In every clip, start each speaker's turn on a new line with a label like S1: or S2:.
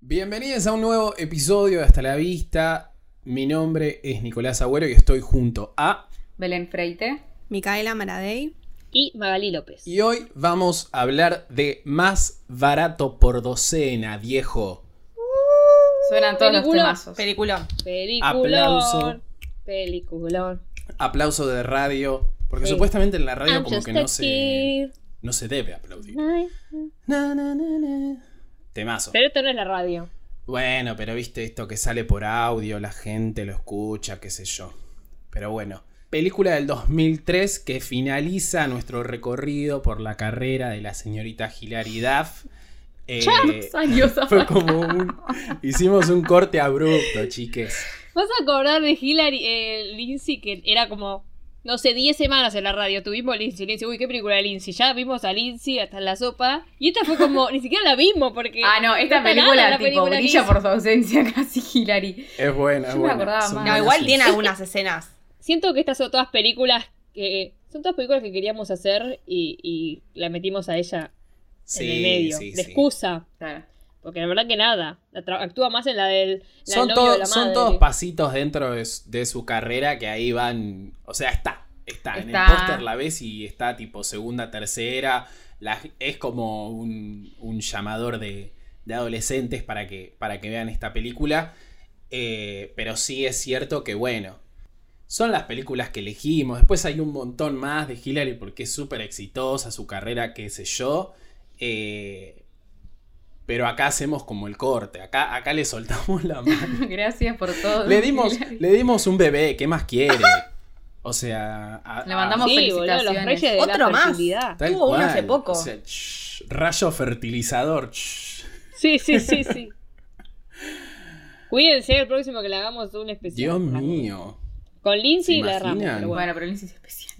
S1: Bienvenidos a un nuevo episodio de Hasta la Vista. Mi nombre es Nicolás Agüero y estoy junto a...
S2: Belén Freite.
S3: Micaela Maradei.
S4: Y Magali López.
S1: Y hoy vamos a hablar de más barato por docena, viejo.
S2: Suenan todos los temazos.
S3: Peliculón.
S4: Peliculón.
S1: Aplauso.
S4: Peliculón.
S1: Aplauso de radio. Porque
S4: Sí.
S1: supuestamente en la radio
S4: I'm
S1: como
S4: just
S1: que
S4: a
S1: no se,
S4: kid.
S1: no se debe aplaudir.
S4: Ay.
S1: Na, na, na, na. Temazo.
S4: Pero esto no es la radio.
S1: Bueno, pero viste esto que sale por audio, la gente lo escucha, qué sé yo. Pero bueno, película del 2003 que finaliza nuestro recorrido por la carrera de la señorita Hilary Duff. Eh,
S4: Salió esa-
S1: fue como un... Hicimos un corte abrupto, chiques.
S4: ¿Vas a acordar de Hillary eh, Lindsay que era como, no sé, 10 semanas en la radio? Tuvimos Lindsay, Lindsay, uy, qué película de Lindsay. Ya vimos a Lindsay hasta en la sopa. Y esta fue como, ni siquiera la vimos porque.
S2: Ah, no, esta
S4: está nada
S2: película,
S4: la
S2: tipo,
S4: película que
S2: brilla
S4: hizo.
S2: por su ausencia casi Hilary.
S1: Es buena, es
S2: Yo me
S1: buena.
S2: acordaba
S1: Son
S2: más.
S1: buenas,
S3: No, igual
S1: Ah, sí.
S3: tiene algunas escenas.
S4: Siento que estas son todas películas que. Son todas películas que queríamos hacer y, y la metimos a ella en el medio.
S1: sí,
S4: de
S1: sí.
S4: excusa.
S2: Claro.
S4: Porque la verdad que nada. La tra- actúa más en la del. La
S1: Son,
S4: del novio
S1: todo-
S4: de la
S1: son
S4: madre.
S1: todos pasitos dentro de, su- de su carrera que ahí van. O sea, está. Está. En el
S2: Está.
S1: póster la ves y está tipo segunda, tercera. la- es como un, un llamador de, de adolescentes para que, para que vean esta película. Eh, pero sí es cierto que, bueno, son las películas que elegimos. Después hay un montón más de Hillary porque es súper exitosa su carrera, qué sé yo. Eh, pero acá hacemos como el corte. Acá, acá le soltamos la mano.
S2: Gracias por todo.
S1: Le dimos,
S2: Hilary.
S1: le dimos un bebé, ¿qué más quiere? O sea, a-
S2: Le
S1: a-
S2: mandamos-
S4: Sí, boludo, los
S2: Felicitaciones.
S4: reyes de
S3: Otro
S4: la
S3: más.
S4: fertilidad.
S1: tal
S3: Hubo uno hace
S1: cual.
S3: poco.
S1: O sea, shh, rayo fertilizador. shh.
S4: Sí, sí, sí, sí. Cuídense el próximo que le hagamos un especial.
S1: Dios mío.
S4: Con Lindsay
S1: ¿Se
S4: y la Ramos.
S1: imaginan?
S4: pero bueno.
S2: Bueno, pero Lindsay es especial.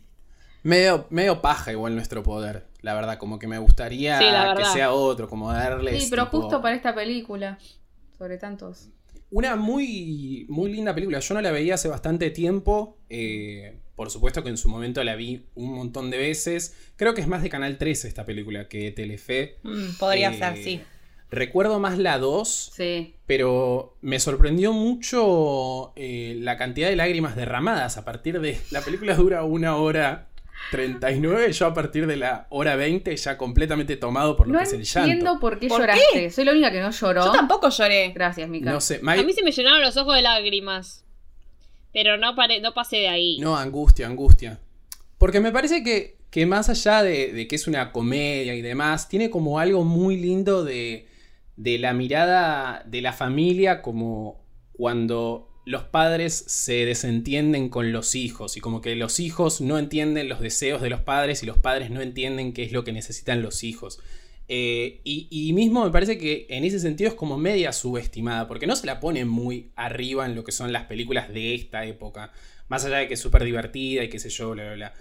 S1: Medio, medio paja igual nuestro poder. La verdad, como que me gustaría
S4: Sí, la
S1: que
S4: verdad.
S1: sea otro, como darle.
S2: Sí, pero justo para esta película. Sobre tantos.
S1: Una muy, muy linda película. Yo no la veía hace bastante tiempo. eh, por supuesto que en su momento la vi un montón de veces. Creo que es más de Canal 13 esta película que de Telefe.
S3: Mm, podría
S1: Eh,
S3: ser, sí.
S1: Recuerdo más la 2,
S2: Sí.
S1: pero me sorprendió mucho eh, la cantidad de lágrimas derramadas a partir de... La película dura una hora 39, yo a partir de la hora 20 ya completamente tomado por lo
S2: No
S1: que es el llanto.
S2: entiendo por qué
S3: ¿Por
S2: lloraste. Soy la única que no lloró.
S3: Yo tampoco lloré.
S2: Gracias, Mica.
S1: No sé,
S4: A
S1: May-
S4: mí se me llenaron los ojos de lágrimas. Pero no, pare- no pasé de ahí.
S1: No, angustia, angustia. Porque me parece que, que más allá de, de que es una comedia y demás, tiene como algo muy lindo de, de la mirada de la familia, como cuando los padres se desentienden con los hijos y como que los hijos no entienden los deseos de los padres y los padres no entienden qué es lo que necesitan los hijos. Eh, y, y mismo me parece que en ese sentido es como media subestimada, porque no se la pone muy arriba en lo que son las películas de esta época. Más allá de que es súper divertida y qué sé yo, bla, bla, bla.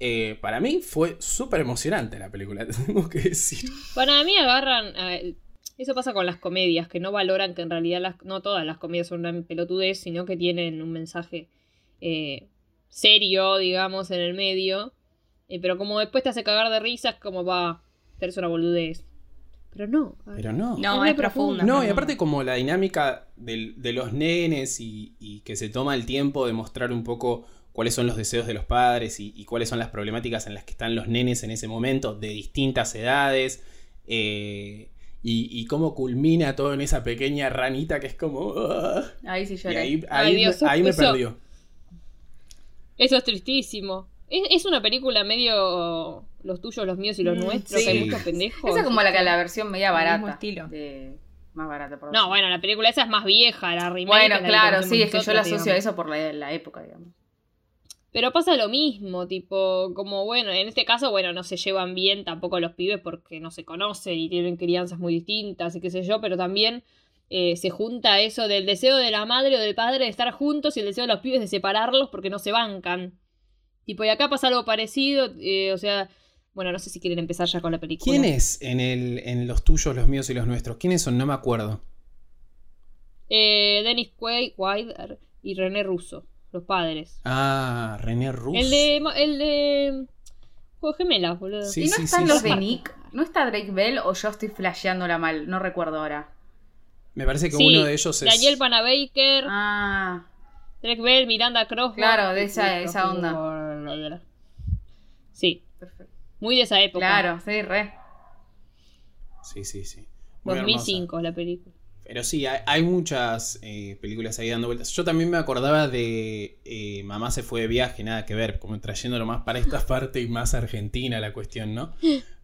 S1: Eh, para mí fue súper emocionante la película, tengo que decir.
S4: Para mí agarran. eh, eso pasa con las comedias, que no valoran que en realidad las, no todas las comedias son una pelotudez, sino que tienen un mensaje eh, serio, digamos, en el medio. Eh, pero como después te hace cagar de risas, como va, eres una boludez. Pero no. a ver.
S1: Pero no.
S3: No,
S4: muy
S3: es profunda.
S4: profunda.
S1: No, y aparte como la dinámica del- de los nenes y, y que se toma el tiempo de mostrar un poco cuáles son los deseos de los padres y, y cuáles son las problemáticas en las que están los nenes en ese momento, de distintas edades, eh, y, y cómo culmina todo en esa pequeña ranita que es como... "Ah",
S2: Ahí sí
S1: y
S2: lloré.
S1: ahí, ahí,
S4: Ay, Dios,
S1: me- ahí me
S4: eso-
S1: perdió.
S4: Eso es tristísimo. Es, es una película medio los tuyos, los míos y los
S3: Mm,
S4: nuestros,
S1: sí.
S4: que hay muchos pendejos.
S2: Esa es como la, la versión media
S3: Del mismo
S2: barata.
S3: estilo.
S2: de- más barata, perdón.
S4: No, bueno, la película esa es más vieja, la remake.
S2: Bueno,
S4: es la que
S2: claro,
S4: conocemos
S2: sí, es que yo la
S4: nosotros,
S2: asocio a
S4: digamos.
S2: eso por la, la época, digamos.
S4: Pero pasa lo mismo, tipo, como bueno, en este caso, bueno, no se llevan bien tampoco los pibes porque no se conocen y tienen crianzas muy distintas y qué sé yo, pero también eh, se junta eso del deseo de la madre o del padre de estar juntos y el deseo de los pibes de separarlos porque no se bancan. Tipo, y acá pasa algo parecido, eh, o sea, bueno, no sé si quieren empezar ya con la película.
S1: ¿Quién es en, el, en los tuyos, los míos y los nuestros? ¿Quiénes son? No me acuerdo.
S4: Eh, Dennis Quaid Quaid y René Russo, los padres.
S1: Ah, René Russo.
S4: El de, el de... Juego de Gemelas, boludo.
S1: Sí,
S2: ¿Y no están los de
S4: sí.
S2: Nick? ¿No está Drake Bell o yo estoy flasheándola mal? No recuerdo ahora.
S1: Me parece que
S4: Sí,
S1: uno de ellos es.
S4: Daniel Panabaker,
S2: Ah,
S4: Drake Bell, Miranda Cross.
S2: Claro, de esa- esa onda.
S4: Sí,
S2: perfecto.
S4: muy de esa época.
S2: Claro, sí, re.
S1: Sí, sí, sí. Muy hermosa.
S4: 2005 la película.
S1: Pero sí, hay, hay muchas eh, películas ahí dando vueltas. Yo también me acordaba de eh, Mamá se fue de viaje, nada que ver, como trayéndolo más para esta parte y más argentina la cuestión, ¿no?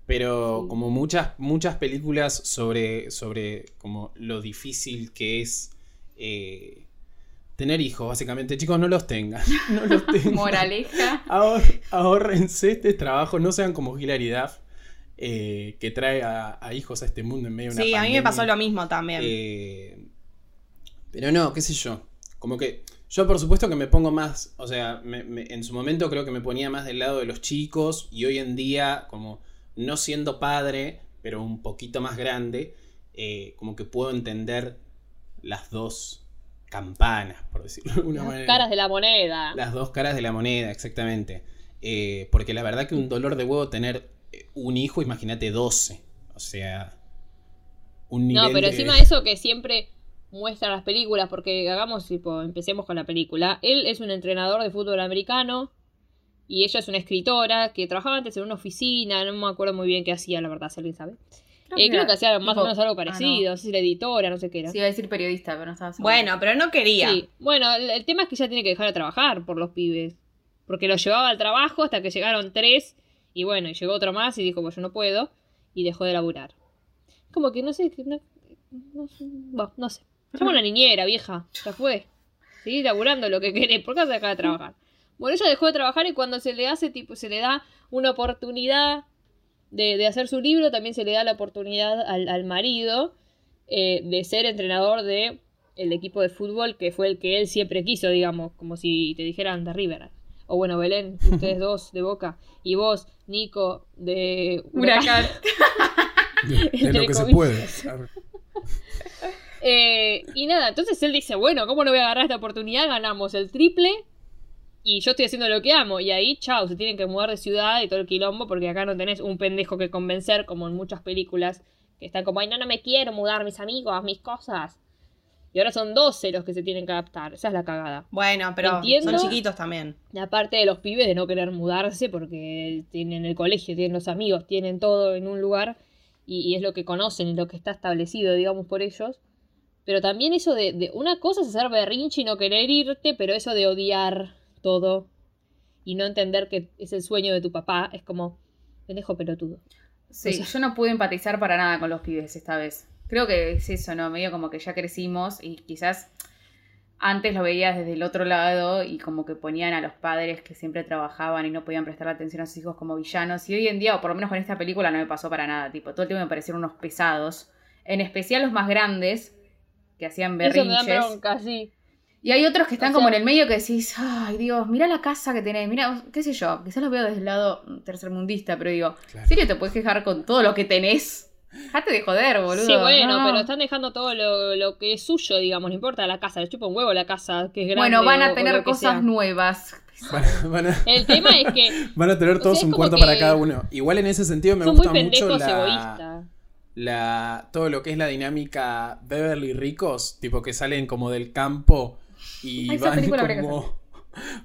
S1: Pero
S4: Sí.
S1: como muchas, muchas películas sobre, sobre como lo difícil que es eh, tener hijos, básicamente. Chicos, no los tengan. No los tengan.
S2: Moraleja.
S1: Ahor- ahórrense este trabajo, no sean como Hilary Duff, eh, que trae a, a hijos a este mundo en medio de una
S3: Sí, a mí me pasó
S1: pandemia.
S3: lo mismo también.
S1: Eh, pero no, qué sé yo. Como que yo por supuesto que me pongo más, o sea, me- me- en su momento creo que me ponía más del lado de los chicos y hoy en día como no siendo padre, pero un poquito más grande, eh, como que puedo entender las dos campanas, por decirlo de alguna
S4: Las
S1: manera.
S4: caras de la moneda.
S1: Las dos caras de la moneda, exactamente. Eh, porque la verdad que un dolor de huevo tener eh, un hijo, imagínate 12. O sea, un nivel
S4: No, pero
S1: de-
S4: encima eso que siempre muestran las películas, porque hagamos, tipo, empecemos con la película. Él es un entrenador de fútbol americano y ella es una escritora que trabajaba antes en una oficina, no me acuerdo muy bien qué hacía, la verdad, si alguien sabe. Eh, creo que hacía más
S2: tipo-
S4: o menos algo
S2: ah, no.
S4: parecido, no sé si la editora, no sé qué era.
S2: Sí, iba a decir periodista, pero no estaba segura.
S3: Bueno, pero no quería.
S4: Sí, bueno, el, el tema es que ella tiene que dejar de trabajar por los pibes. Porque lo llevaba al trabajo hasta que llegaron tres. Y bueno, y llegó otro más y dijo, pues yo no puedo. Y dejó de laburar. Como que no sé. que No, no, sé, bah, no sé. Llama a una niñera, vieja. Ya fue. Seguí laburando lo que querés. ¿Por qué vas a dejar de trabajar? Bueno, ella dejó de trabajar y cuando se le hace, tipo, se le da una oportunidad de, de hacer su libro, también se le da la oportunidad al, al marido eh, de ser entrenador de el equipo de fútbol que fue el que él siempre quiso, digamos, como si te dijeran de River. O bueno, Belén, ustedes dos de Boca y vos, Nico, de
S2: Huracán.
S1: de lo
S4: entre
S1: que se
S4: comillas.
S1: puede.
S4: Eh, y nada, entonces él dice, bueno, ¿cómo no voy a agarrar esta oportunidad? Ganamos el triple y yo estoy haciendo lo que amo. Y ahí, chao, se tienen que mudar de ciudad y todo el quilombo porque acá no tenés un pendejo que convencer como en muchas películas que están como, ay, no, no me quiero mudar, mis amigos, mis cosas. Y ahora son 12 los que se tienen que adaptar. Esa es la cagada.
S3: Bueno, pero
S4: Entiendo.
S3: son chiquitos también.
S4: La parte de los pibes de no querer mudarse porque tienen el colegio, tienen los amigos, tienen todo en un lugar y, y es lo que conocen y lo que está establecido, digamos, por ellos. Pero también eso de, de- una cosa es hacer berrinche y no querer irte, pero eso de odiar todo y no entender que es el sueño de tu papá es como, pendejo pelotudo.
S2: Sí, yo no pude empatizar para nada con los pibes esta vez. Creo que es eso, ¿no? Medio como que ya crecimos y quizás antes lo veías desde el otro lado y como que ponían a los padres que siempre trabajaban y no podían prestar atención a sus hijos como villanos. Y hoy en día, o por lo menos con esta película, no me pasó para nada. Tipo, todo el tiempo me parecieron unos pesados. En especial los más grandes que hacían
S4: Eso me
S2: berrinches.
S4: da bronca, sí.
S2: Y hay otros que están
S4: O sea-
S2: como en el medio que decís, ay Dios, mira la casa que tenés, mira, qué sé yo, quizás lo veo desde el lado tercermundista, pero digo,
S1: Claro.
S2: ¿en serio te puedes quejar con todo lo que tenés? Dejate de joder, boludo.
S4: Sí, bueno,
S2: no.
S4: pero están dejando todo lo, lo que es suyo, digamos, no importa la casa, le chupa un huevo la casa, que es grande.
S2: Bueno, van
S4: o-
S2: a
S4: o
S2: tener
S4: lo que sea.
S2: cosas nuevas.
S1: Van a, van a-
S4: El tema es que
S1: van a tener
S4: sea,
S1: todos
S4: es
S1: un
S4: como
S1: cuarto
S4: que
S1: para cada uno. Igual en ese sentido me
S4: son muy
S1: gusta mucho
S4: pendejos
S1: la,
S4: egoístas.
S1: la- todo lo que es la dinámica Beverly Ricos, tipo que salen como del campo y
S2: Ay, esa
S1: van
S2: película habría que
S1: como,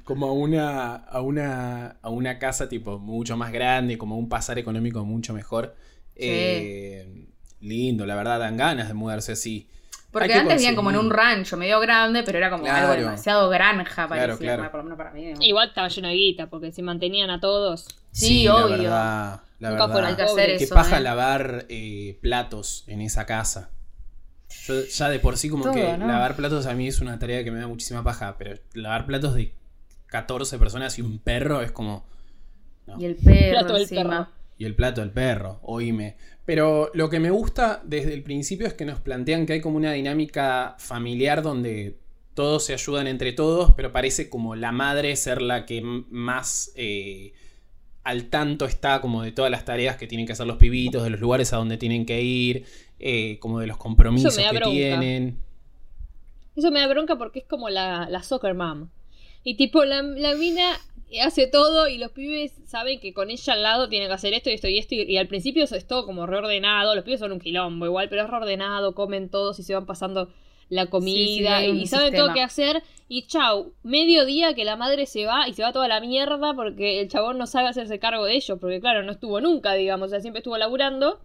S1: como a, una, a, una, a una casa tipo mucho más grande, como un pasar económico mucho mejor.
S2: Sí.
S1: Eh, lindo, la verdad, dan ganas de mudarse así.
S2: Porque
S1: Hay que
S2: antes vivían como en un
S1: conseguir.
S2: rancho medio grande, pero era como
S1: Claro.
S2: algo demasiado granja, parecía,
S1: claro.
S2: por lo menos para mí. digamos.
S4: Igual estaba lleno de guita, porque se mantenían a todos.
S2: Sí,
S1: La
S2: obvio.
S1: verdad, la
S4: Nunca fueron
S1: verdad.
S2: Hay que hacer
S4: Pobre,
S1: Qué
S2: eso.
S1: paja
S2: ¿eh?
S1: lavar eh, platos en esa casa. Yo ya de por sí como
S2: Todo,
S1: que
S2: ¿no?
S1: lavar platos a mí es una tarea que me da muchísima paja, pero lavar platos de 14 personas y un perro es como...
S2: Y el perro
S4: Plato del
S2: encima.
S1: Y el plato del perro, oíme. Pero lo que me gusta desde el principio es que nos plantean que hay como una dinámica familiar donde todos se ayudan entre todos, pero parece como la madre ser la que m- más eh, al tanto está como de todas las tareas que tienen que hacer los pibitos, de los lugares a donde tienen que ir, eh, como de los compromisos
S4: Eso me da
S1: que
S4: bronca.
S1: tienen.
S4: Eso me da bronca porque es como la, la soccer mom. Y tipo, la, la mina hace todo y los pibes saben que con ella al lado tienen que hacer esto y esto y esto. Y, y al principio eso es todo como reordenado. Los pibes son un quilombo igual, pero es reordenado, comen todos y se van pasando la comida
S2: hay
S4: y-
S2: un
S4: y, saben todo
S2: sistema.
S4: qué hacer. Y chau, mediodía que la madre se va y se va toda la mierda porque el chabón no sabe hacerse cargo de ellos. Porque claro, no estuvo nunca, digamos, o sea, siempre estuvo laburando.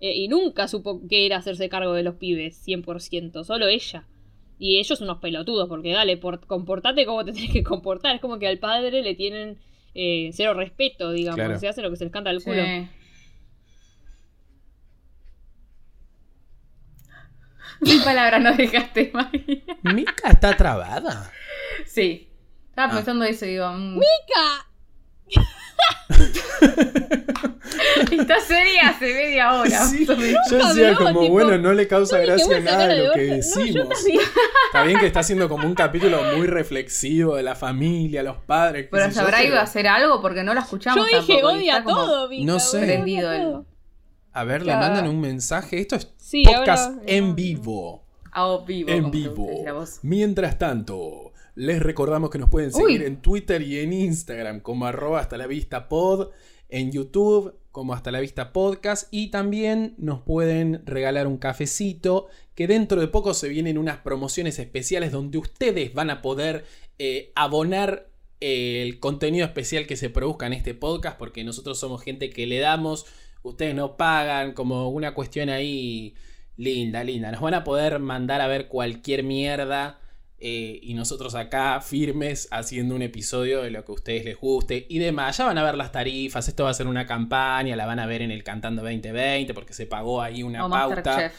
S4: eh, y nunca supo qué era hacerse cargo de los pibes, 100%, solo ella. Y ellos unos pelotudos, porque dale, por, comportate como te tenés que comportar. Es como que al padre le tienen eh, cero respeto, digamos.
S1: Claro.
S4: Se hace lo que se les canta al
S2: Sí.
S4: culo.
S2: Mil palabras no dejaste, Mari.
S1: Mica está trabada.
S2: Sí. Estaba
S1: Ah.
S2: pensando eso, digo. mm,
S4: ¡Mica!
S2: Está seria hace media hora.
S1: Sí,
S2: más o menos.
S1: yo decía
S4: Habló,
S1: como,
S4: tipo,
S1: bueno, no le causa
S4: yo dije,
S1: gracia
S4: bueno,
S1: nada
S4: cara
S1: de
S4: de
S1: lo que
S4: orto. No, yo
S1: decimos. está bien que está haciendo como un capítulo muy reflexivo de la familia, los padres. qué
S2: Pero
S1: sé yo,
S2: sabrá iba
S1: pero-
S2: a hacer algo porque no la escuchamos.
S4: Yo dije,
S2: tampoco, y
S4: odia
S2: está como-
S4: todo, Mica.
S1: No sé.
S4: boludo, odia
S2: Prendido el-
S4: todo.
S1: A ver, le
S4: Claro.
S1: mandan un mensaje. Esto es
S4: Sí,
S1: podcast
S4: ahora-
S1: en vivo.
S2: A o vivo.
S1: en
S2: como te gusta
S1: vivo.
S2: decir a vos.
S1: Mientras tanto, les recordamos que nos pueden seguir
S2: Uy.
S1: en Twitter y en Instagram como arroba hasta la vista pod, en YouTube como hasta la vista podcast y también nos pueden regalar un cafecito que dentro de poco se vienen unas promociones especiales donde ustedes van a poder eh, abonar el contenido especial que se produzca en este podcast porque nosotros somos gente que le damos, ustedes no pagan, como una cuestión ahí Linda, linda. Nos van a poder mandar a ver cualquier mierda. eh, y nosotros acá firmes haciendo un episodio de lo que a ustedes les guste y demás. Ya van a ver las tarifas. Esto va a ser una campaña. La van a ver en el Cantando 2020 porque se pagó ahí una
S2: O
S1: pauta.
S2: Masterchef.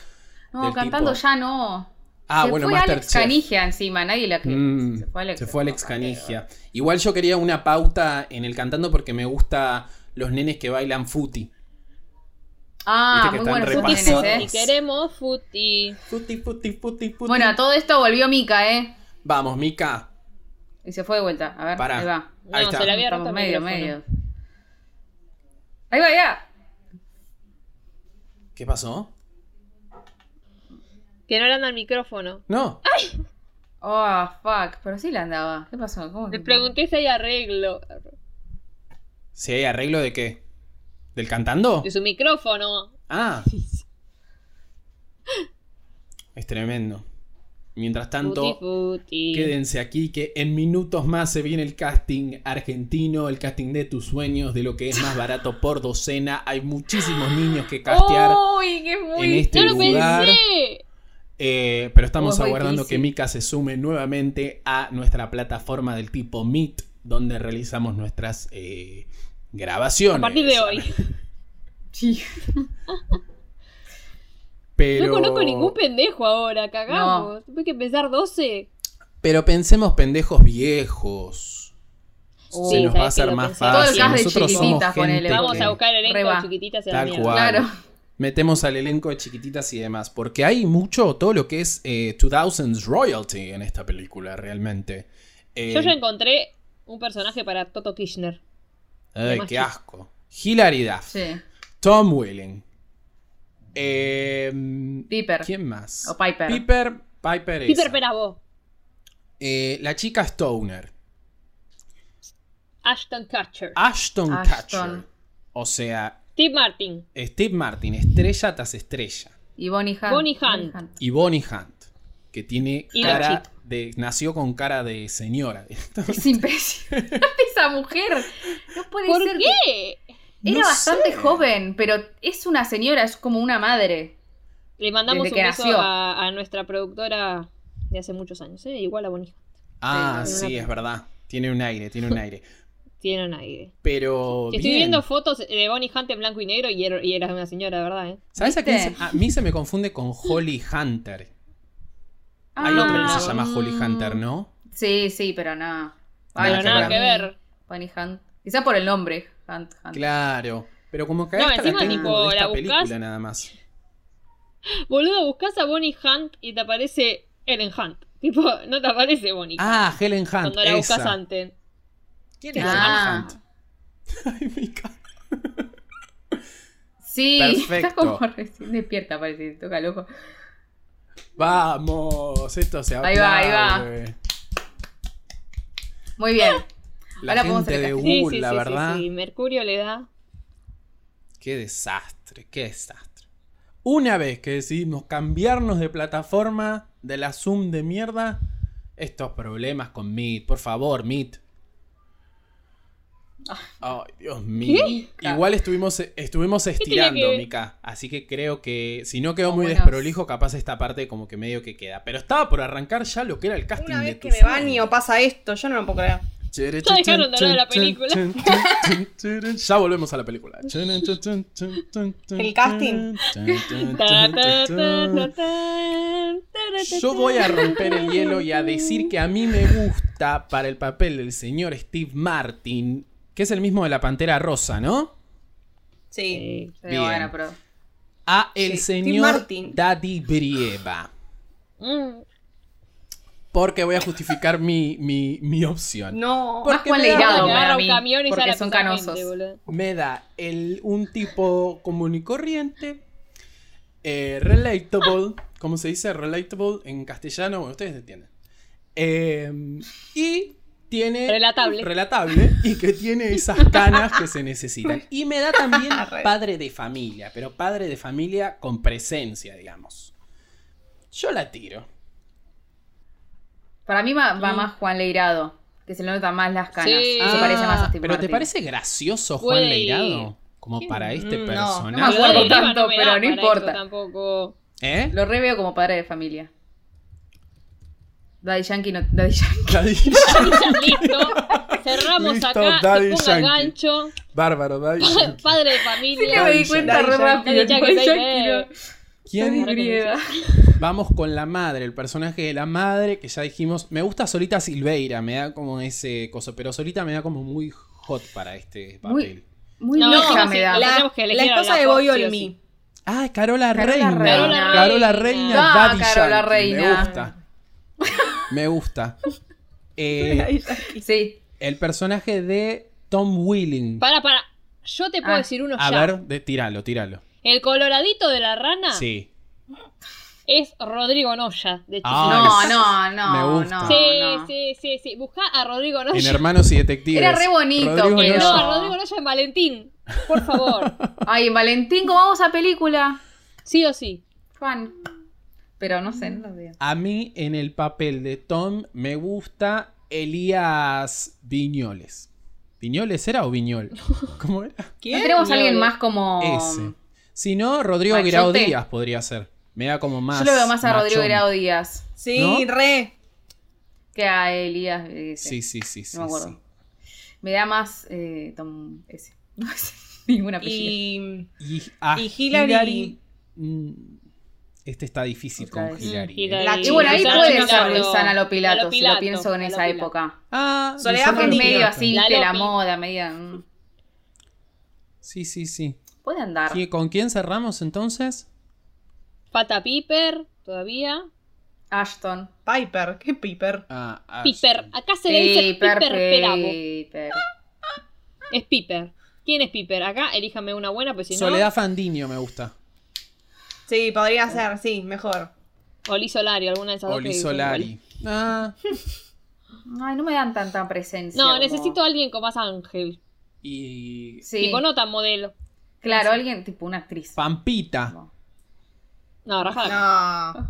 S2: No,
S1: del
S2: cantando
S1: tipo-
S2: ya no.
S1: Ah,
S2: se
S1: bueno,
S2: fue Alex
S1: Masterchef.
S2: Canigia encima, nadie la cree.
S1: Mm,
S2: se fue Alex,
S1: Se fue Alex
S2: no,
S1: Canigia. Igual yo quería una pauta en el Cantando porque me gusta los nenes que bailan footy.
S2: Ah,
S1: Viste que
S2: muy
S1: están
S2: buenos
S4: Futi,
S2: esos
S1: repasados.
S2: nenes,
S4: futi,
S2: ¿eh?
S4: queremos futi.
S1: Footy, footy, footy, footy.
S2: Bueno, a todo esto volvió Mika, ¿eh?
S1: Vamos, Mika.
S2: Y se fue de vuelta. A ver,
S1: Pará.
S2: ahí va.
S4: No,
S1: Ahí está.
S4: se la había roto
S2: Estamos
S4: el
S2: medio,
S4: micrófono.
S2: medio. Ahí va, ya.
S1: ¿Qué pasó?
S4: Que no le anda el micrófono.
S1: No.
S2: Oh, fuck. Pero sí la andaba. ¿Qué pasó? ¿Cómo?
S4: Le pregunté si hay arreglo
S1: ¿Si hay arreglo de qué? ¿Del cantando?
S4: de su micrófono.
S1: Ah, es tremendo. Mientras
S4: Futi,
S1: tanto,
S4: futi.
S1: quédense aquí que en minutos más se viene el casting argentino, el casting de tus sueños, de lo que es más barato por docena. Hay muchísimos niños que castear.
S2: Uy, qué
S1: en
S2: muy.
S1: este
S4: ¡No lo
S1: lugar.
S4: pensé!
S1: Eh, pero estamos
S2: Oh, es muy
S1: aguardando que
S2: difícil.
S1: Mika se sume nuevamente a nuestra plataforma del tipo Meet, donde realizamos nuestras eh, grabaciones.
S4: A partir de hoy.
S2: Sí.
S1: Pero...
S4: No conozco ningún pendejo ahora, cagamos. Tuve que empezar 12.
S1: Pero pensemos pendejos viejos.
S2: Oh.
S1: Se
S2: Sí,
S1: nos
S4: sabés
S1: va a hacer
S4: que lo
S1: más
S4: pensé. Todo el
S1: fácil.
S4: cast de
S1: Nosotros somos
S2: chiquititas,
S1: gente
S2: ponele.
S1: que
S4: Vamos a buscar el
S2: Re
S4: elenco
S2: va.
S4: de chiquititas y la
S1: Tal
S4: mierda.
S1: cual.
S2: Claro.
S1: metemos al elenco de chiquititas y demás. Porque hay mucho todo lo que es eh, 2000s royalty en esta película, realmente. Eh,
S4: Yo ya encontré un personaje para Toto Kirchner.
S1: ay,
S4: más
S1: qué
S4: chis-
S1: asco. Hilary Duff.
S2: Sí.
S1: Tom Welling. Eh,
S2: Piper.
S1: ¿Quién más?
S2: O Piper.
S1: Piper. Piper esa.
S4: Peter Perabo.
S1: Eh, la chica Stoner.
S4: Ashton Kutcher.
S1: Ashton,
S2: Ashton.
S1: Kutcher. O sea,
S4: Steve Martin.
S1: Steve Martin, estrella tras estrella.
S2: Y Bonnie Hunt.
S4: Bonnie Hunt.
S1: Y Bonnie Hunt, que tiene
S4: Y
S1: cara
S4: Richie.
S1: de. nació con cara de señora.
S2: Es imbécil. Esa mujer. No puede
S4: ¿Por
S2: ser.
S4: qué?
S1: No
S2: Era bastante
S1: sé.
S2: joven, pero es una señora, es como una madre.
S4: Le mandamos
S2: Desde
S4: un
S2: que
S4: beso
S2: nació.
S4: a, a nuestra productora de hace muchos años, ¿eh? igual a Bonija.
S1: Ah,
S2: Sí,
S1: sí,
S4: una-
S1: es verdad. Tiene un aire, tiene un aire.
S4: Tienen aire.
S1: Pero.
S4: Estoy
S1: Oh, bien.
S4: viendo fotos de Bonnie Hunt en blanco y negro y era, y era una señora, ¿verdad? ¿eh?
S1: ¿Sabes a quién se-
S2: ¿Viste?
S1: A mí se me confunde con Holly Hunter. Hay
S2: Ah,
S1: otra que se llama
S2: mm.
S1: Holly Hunter, ¿no?
S2: Sí, sí, pero no.
S1: Ay, qué
S4: Pero nada
S1: raro.
S4: que ver.
S2: Bonnie Hunt. Quizá por el nombre. Hunt, Hunt.
S1: Claro. Pero como que a
S4: No,
S1: esta la
S4: encima,
S1: tengo
S4: tipo,
S1: de esta
S4: la buscás-
S1: película nada más.
S4: Boludo, buscas a Bonnie Hunt y te aparece Ellen Hunt. Tipo, no te aparece Bonnie Hunt
S1: Ah, Helen Hunt.
S4: cuando la
S1: esa.
S4: buscas antes.
S1: ¿Quién es
S2: Ah.
S1: Helen Hunt? Ay, mi cara.
S2: Sí,
S1: Perfecto.
S2: está como recién despierta, parece. Toca el ojo.
S1: Vamos, esto se
S2: Ahí va, ahí va.
S1: aplaude.
S2: Muy bien.
S1: La
S2: Ahora podemos
S1: gente
S2: hacer
S1: de
S2: casting.
S4: Sí,
S1: Google,
S4: sí,
S1: la
S4: sí,
S1: verdad.
S4: sí, sí. Mercurio le da.
S1: Qué desastre, qué desastre. Una vez que decidimos cambiarnos de plataforma de la Zoom de mierda, estos problemas con Meet, por favor, Meet. Ah. Ay, Dios mío. Igual estuvimos, estuvimos estirando,
S4: tenía que ver?
S1: Mica. Así que creo que si no quedó
S2: Oh,
S1: muy
S2: bueno.
S1: desprolijo, capaz esta parte como que medio que queda. Pero estaba por arrancar ya lo que era el casting
S3: Una
S1: de
S3: vez que
S1: tu
S3: me baño
S1: sueño.
S3: pasa esto, yo no lo puedo creer.
S1: Ya
S4: dejaron de hablar de la
S1: Ya volvemos a la película.
S3: El
S1: El
S3: casting.
S4: Ta, ta, ta, ta, ta, ta, ta,
S1: Yo voy a romper el hielo y a decir que a mí me gusta para el papel del señor Steve Martin, que es el mismo de la Pantera Rosa, ¿no?
S3: Sí.
S4: Sí.
S2: Pero
S1: Bien.
S2: bueno, pero.
S1: A el
S3: Sí, Steve
S1: señor
S3: Martin.
S1: Daddy Brieva.
S4: Mm.
S1: Porque voy a justificar mi, mi, mi opción.
S3: No.
S1: Por-
S2: Más
S1: Porque
S2: Juan
S1: me da-
S2: Leirado
S1: Me
S2: me da
S4: agarra
S2: a
S4: un
S2: mí,
S4: camión y
S2: porque
S4: sale
S2: son
S4: a pisar gente,
S2: canosos.
S4: boludo.
S1: Me da el, un tipo común y corriente. eh, relatable. ¿Cómo se dice? Relatable en castellano. Bueno, ustedes entienden. Eh, y tiene.
S4: Relatable.
S1: Relatable. Y que tiene esas canas que se necesitan. Y me da también
S3: Re.
S1: padre de familia. Pero padre de familia con presencia, digamos. Yo la tiro.
S2: Para mí va, va
S1: Mm.
S2: más Juan Leirado, que se le notan más las canas.
S4: Sí.
S2: y se parece más a Steve
S1: Ah, ¿Pero te
S2: Martin.
S1: parece gracioso Juan
S4: Güey.
S1: Leirado? Como para este
S3: Mm, no,
S1: personaje.
S2: no me acuerdo
S4: Lo de Oliva
S2: tanto,
S4: me
S2: pero
S4: da
S2: no
S4: para
S2: importa.
S4: esto Tampoco.
S1: ¿Eh?
S2: Lo reveo como padre de familia. Daddy Yankee no. Daddy Yankee.
S1: Daddy-
S4: Listo. Cerramos
S1: Listo,
S4: acá. Que
S1: Daddy
S4: ponga
S1: Yankee.
S4: gancho.
S1: Bárbaro, Daddy. Yankee.
S4: Padre de
S2: Sí que
S4: familia.
S2: me
S1: Daddy
S2: di cuenta
S3: Yankee.
S2: re rápido.
S4: Daddy Yankee,
S2: Daddy
S4: Daddy
S2: Yankee no. Daddy
S1: ¿Quién?
S2: Brieva.
S1: Vamos con la madre, el personaje de la madre que ya dijimos. Me gusta Solita Silveira, me da como ese coso, pero Solita me da como muy hot para este papel.
S2: Muy- Muy
S4: No,
S2: vieja
S4: sí,
S2: me da.
S4: la-
S3: La,
S4: tenemos que elegir
S3: la
S4: a la
S3: esposa de
S4: Fox,
S3: Boy
S4: sí o
S3: Olmi.
S4: sí.
S1: Ah, Carola
S2: Carola
S1: Reina.
S2: Reina.
S1: Carola Reina,
S2: Ah,
S1: Daddy
S2: Carola
S1: Yankee.
S2: Reina.
S1: Me gusta. Me gusta. Eh,
S2: Sí.
S1: el personaje de Tom Willing.
S4: Para, para. Yo te puedo
S2: Ah.
S4: decir uno
S1: A
S4: ya.
S1: ver, de, tíralo, tíralo.
S4: El coloradito de la
S2: Ah.
S4: rana
S1: Sí.
S4: es Rodrigo Noya. De hecho.
S1: Ah,
S2: No,
S1: es-
S2: no, no.
S1: me gusta.
S2: no,
S4: sí,
S2: no.
S4: sí, sí, sí. Busca a Rodrigo Noya. Eh,
S1: En Hermanos y Detectives.
S2: Era re bonito,
S1: Rodrigo
S2: pero-
S4: No,
S1: Noya.
S4: a Rodrigo Noya en Valentín. Por favor.
S2: Ay, Valentín, ¿cómo vamos a película?
S4: Sí o sí.
S2: Juan. Pero no sé, no lo veo.
S1: A mí en el papel de Tom me gusta Elías Viñoles. ¿Viñoles era o Viñol? ¿Cómo era?
S2: No tenemos a alguien más como.
S1: Ese. Si no, Rodrigo
S2: Machote.
S1: Guirao Díaz podría ser. Me da como más.
S2: Yo lo veo más a Rodrigo
S1: machón.
S2: Grado Díaz
S3: Sí,
S1: ¿No?
S3: re.
S2: que a Elías. eh, ese.
S1: Sí, sí, sí. sí,
S2: No me acuerdo.
S1: sí.
S2: Me da más eh, Tom ese. No sé ninguna apellido.
S3: Y.
S1: Y, a
S3: Y Hillary-
S1: Hillary, mm, Este está difícil
S2: Otra
S1: con
S2: vez.
S1: Hillary.
S4: Mm,
S1: ¿eh?
S4: Hillary.
S3: La
S2: Y, bueno, ahí
S4: Susana
S2: puede
S4: Pilato.
S2: ser Luisana Lopilato, si lo
S4: Lopilato,
S2: pienso en esa
S4: Lopilato.
S2: época.
S1: Ah,
S3: Soledad
S1: Luciana
S2: Porque es
S3: Fantino.
S2: medio
S1: Pilato.
S2: así,
S4: La
S2: de la
S4: Lopi.
S2: moda, media. mm.
S1: Sí, sí, sí.
S2: Puede andar.
S1: ¿Qui- ¿Con quién cerramos entonces?
S4: Pata Piper, todavía.
S2: Ashton.
S3: Piper, ¿qué Piper?
S1: Ah, ah,
S4: Piper. Acá se le dice Piper, Perabo.
S2: Piper.
S4: Es Piper. ¿Quién es Piper? Acá elíjame una buena, pues si
S1: Soledad Fandinho me gusta.
S3: Sí, podría ser, sí, mejor.
S4: no. Oli Solari, alguna de esas dos.
S1: Oli
S4: que-
S1: Solari. Ah,
S2: Ay, no me dan tanta presencia.
S4: No,
S2: como-
S4: necesito a alguien con más ángel.
S1: y
S2: Sí.
S4: Tipo, no tan modelo.
S2: Claro, alguien, tipo una actriz.
S1: Pampita.
S2: No.
S4: No, rajada.
S3: No.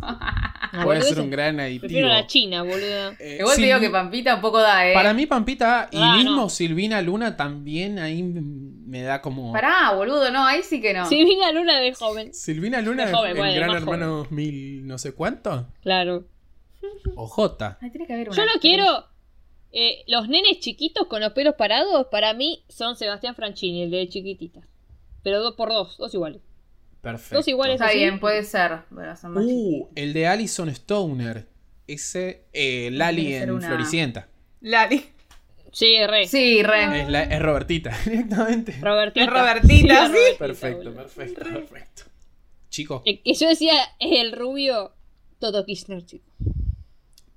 S1: Puede
S4: No, boludeces.
S1: ser un gran aditivo.
S4: Prefiero a la China, boluda.
S1: Eh,
S2: Igual te digo
S1: Silvi-
S2: que Pampita un poco da, ¿eh?
S1: Para mí, Pampita, y
S4: Ah, no.
S1: mismo Silvina Luna también ahí me da como.
S2: Pará, boludo, no, ahí sí que no.
S4: Si venga Luna de joven.
S1: Silvina Luna
S4: Más
S1: en
S4: joven, bueno,
S1: Gran
S4: más
S1: Hermano mil no sé cuánto.
S4: Claro.
S1: O J.
S2: Ay, tiene que haber una
S4: Yo no
S2: actriz.
S4: quiero. eh, los nenes chiquitos con los pelos parados, para mí son Sebastián Franchini, el de chiquitita. Pero dos por dos, dos iguales.
S1: Perfecto.
S4: Dos iguales.
S2: Está
S4: ¿Así?
S2: bien, puede ser. Bueno, son más
S1: Uh,
S2: chiquitos.
S1: el de Alison Stoner. Ese, eh, Lali
S2: Tiene que ser
S1: en
S2: una-
S1: Floricienta.
S3: Lali.
S4: Sí, re.
S2: Sí, re.
S1: Es, la- es Robertita, directamente.
S4: Robertita.
S3: Es Robertita,
S4: Sí,
S3: sí.
S4: Robertita,
S1: Perfecto,
S4: boludo.
S1: perfecto, perfecto. Chicos,
S4: El que yo decía es el rubio Toto Kirchner, chico.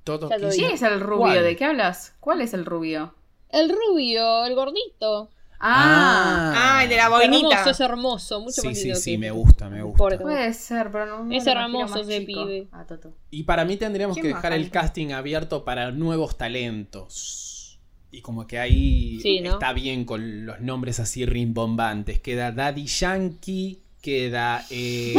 S1: todo
S4: Ya lo
S1: quiso-
S2: ¿Quién es el rubio?
S1: ¿Cuál?
S2: ¿De qué hablas? ¿Cuál es el rubio?
S4: El rubio, el gordito.
S2: Ah,
S3: Ah, el de la
S4: Es
S3: boinita.
S4: hermoso, es hermoso. Mucho
S1: Sí,
S4: más
S1: sí,
S4: lindo
S1: sí,
S4: que-
S1: me gusta, me gusta.
S4: Pobre Toto.
S2: puede ser, pero no. me
S4: Es
S2: lo imagino
S4: hermoso
S2: más
S4: ese
S2: chico.
S4: pibe.
S2: Ah, Toto.
S1: Y para mí tendríamos
S3: ¿Quién
S1: que
S3: más
S1: dejar el
S3: canta?
S1: casting abierto para nuevos talentos. Y como que ahí
S4: Sí, ¿no?
S1: está bien con los nombres así rimbombantes. Queda Daddy Yankee, queda eh,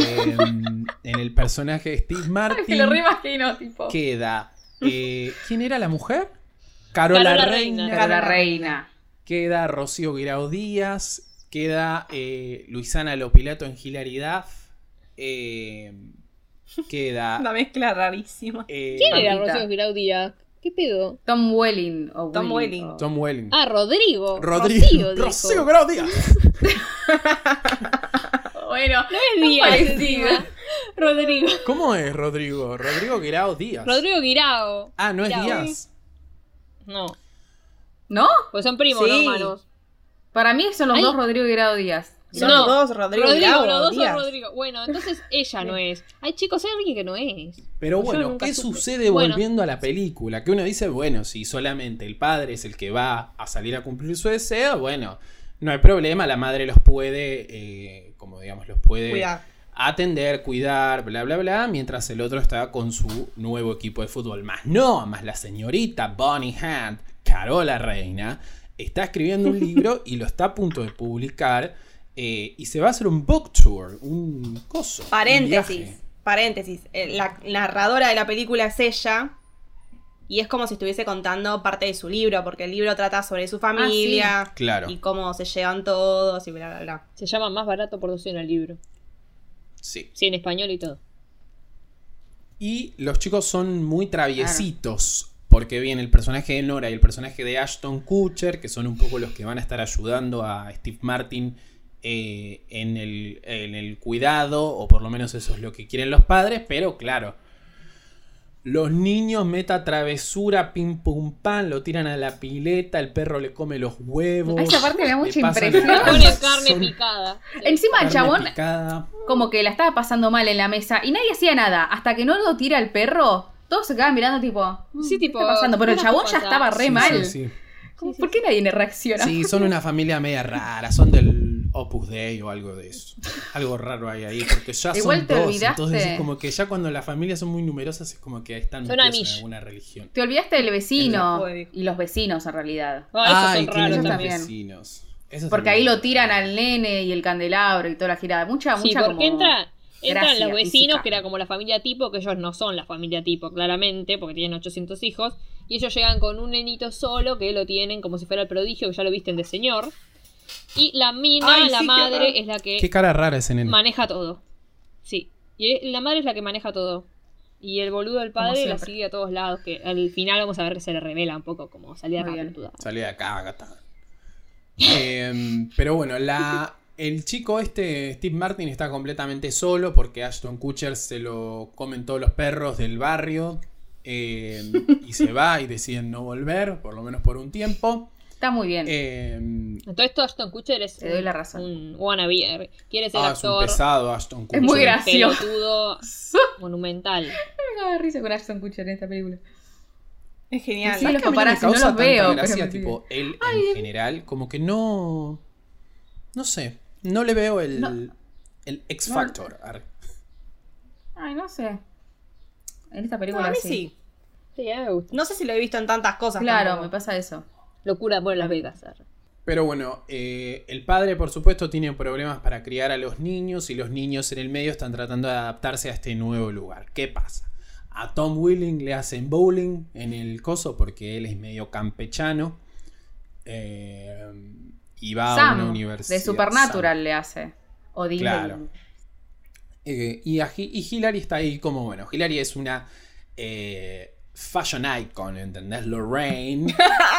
S1: en el personaje Steve Martin.
S2: Que lo reimagino, tipo.
S1: Queda. eh, ¿Quién era la mujer? Carola,
S4: Carola
S1: Reina.
S4: Reina.
S2: Pero la reina.
S1: Queda Rocío Guirao Díaz. Queda eh, Luisana Lopilato en Hilaridad.
S3: Una
S1: queda.
S3: mezcla rarísima.
S1: eh,
S4: ¿Quién era
S2: Pampita.
S4: Rocío Girau Díaz? ¿Qué pedo?
S2: Tom Welling. O Welling,
S3: Tom Welling.
S2: o-
S1: Tom Welling.
S4: Ah, Rodrigo.
S1: Rodrigo.
S4: Rocío, dijo.
S1: Rocío Guirao Díaz.
S2: Bueno,
S4: No es Díaz.
S2: Parecido.
S4: encima. Rodrigo.
S1: ¿Cómo es Rodrigo? Rodrigo Guirao Díaz.
S4: Rodrigo Guirao.
S1: Ah, no es
S4: Guirao.
S1: Díaz.
S4: No.
S2: ¿no?
S4: Pues son primos,
S3: Sí.
S4: no hermanos.
S2: Para mí son los
S4: Ay.
S2: dos Rodrigo y Grado Díaz.
S3: Son
S4: No.
S3: los dos, Rodrigo,
S4: Rodrigo,
S3: Bravo,
S4: los dos
S3: Díaz.
S4: son Rodrigo. Bueno, entonces ella no es. Ay, chicos, hay alguien que no es.
S1: Pero
S4: Yo
S1: bueno,
S4: nunca
S1: ¿qué
S4: supe.
S1: sucede
S4: Bueno.
S1: volviendo a la película? Que uno dice, bueno, si solamente el padre es el que va a salir a cumplir su deseo, bueno, no hay problema, la madre los puede, eh, como digamos, los puede
S3: Cuidado.
S1: atender, cuidar, bla, bla, bla, mientras el otro está con su nuevo equipo de fútbol. Más no, más la señorita Bonnie Hand, Carola Reina, está escribiendo un libro y lo está a punto de publicar eh, y se va a hacer un book tour, un coso. un
S3: Paréntesis.
S1: viaje.
S3: Paréntesis. Eh, La narradora de la película es ella. Y es como si estuviese contando parte de su libro, porque el libro trata sobre su familia
S1: Claro,
S3: y cómo se llevan todos y bla, bla, bla.
S4: Se llama Más barato por docena el libro.
S1: sí.
S4: Sí, en español y todo.
S1: Y los chicos son muy traviesitos. Porque viene el personaje de Nora y el personaje de Ashton Kutcher, que son un poco los que van a estar ayudando a Steve Martin eh, en, el, en el cuidado, o por lo menos eso es lo que quieren los padres, pero claro, los niños meta travesura, pim pum pan, lo tiran a la pileta, el perro le come los huevos.
S2: Esa parte me da
S1: le
S2: mucha
S1: pasan-
S2: impresión.
S4: Pone carne
S1: son
S4: picada.
S2: Encima el
S1: carne
S2: chabón
S1: picada.
S2: como que la estaba pasando mal en la mesa y nadie hacía nada. Hasta que no lo tira el perro, todos se quedaban mirando tipo, "Mm,
S4: Sí, tipo,
S2: ¿qué está pasando? Pero
S4: ¿qué
S2: el
S4: nos
S2: chabón ya
S4: pasa?
S2: estaba re
S1: Sí,
S2: mal.
S1: sí, sí.
S2: Como, ¿Por qué nadie le reacciona?
S1: Sí, son una familia media rara, son del Opus Dei o algo de eso. Algo raro hay ahí, porque ya
S2: Igual
S1: son
S2: te
S1: dos,
S2: olvidaste.
S1: entonces es como que ya cuando las familias son muy numerosas es como que están
S4: Son
S1: metidos en
S4: Amish.
S1: alguna religión.
S2: Te olvidaste del vecino
S3: El-
S2: y los vecinos en realidad.
S4: Ah, esos son
S1: tienen
S2: esos
S4: raros
S1: unos
S4: también.
S2: también.
S1: vecinos. Esos
S2: Porque ahí
S1: también.
S2: lo tiran al nene y el candelabro y toda la girada. Mucha,
S4: Sí,
S2: mucha
S4: porque
S2: como...
S4: entra- entran
S2: gracia
S4: los vecinos,
S2: física.
S4: que era como la familia tipo, que ellos no son la familia tipo, claramente, porque tienen 800 hijos, y ellos llegan con un nenito solo, que lo tienen como si fuera el prodigio, que ya lo visten de señor, y la mina,
S3: Ay,
S4: la
S3: sí, qué horror.
S4: madre, es la que
S1: Qué cara rara ese nene.
S4: maneja todo. Sí, y es- la madre es la que maneja todo. Y el boludo del padre la
S2: siempre.
S4: sigue a todos lados, que al final vamos a ver que se le revela un poco como salida
S2: Muy bien.
S4: captuda.
S1: Salí de acá, gata. Em, pero bueno, la, el chico este, Steve Martin, está completamente solo porque Ashton Kutcher se lo comen todos los perros del barrio em, y se va y deciden no volver, por lo menos por un tiempo.
S2: Está muy bien.
S1: Em,
S4: Entonces todo Ashton Kutcher es
S2: Te doy la razón.
S4: un wannabe, eh. quiere ser
S1: ah, es un
S4: actor,
S1: pesado Ashton Kutcher.
S2: Es muy gracioso.
S4: pelotudo, monumental.
S2: Me cago de risa con Ashton Kutcher en esta película.
S3: Es genial.
S2: Sí, sí, los
S1: que a mí me
S2: paparazzi no
S1: causa
S2: los
S1: tanta
S2: veo,
S1: gracia,
S2: pero me
S1: tipo, él en general, como que no. No sé. No le veo el,
S2: No.
S1: el X
S2: No.
S1: Factor. Arre.
S2: Ay, no sé. En esta
S3: No,
S2: película
S3: a mí
S2: sí.
S3: sí.
S4: Sí, a mí me gusta.
S3: No sé si lo he visto en tantas cosas.
S2: Claro,
S3: tampoco.
S2: me pasa eso.
S4: Locura por Las Vegas. arre.
S1: Pero bueno, eh, el padre, por supuesto, tiene problemas para criar a los niños y los niños en el medio están tratando de adaptarse a este nuevo lugar. ¿Qué pasa? A Tom Willing le hacen bowling en el coso porque él es medio campechano. eh, y va a una
S2: Sam,
S1: universidad.
S2: de Supernatural le hace. O Disney.
S1: Claro. Eh, y, a Hi- y Hillary está ahí como, bueno, Hillary es una eh, fashion icon, ¿entendés? Lorraine.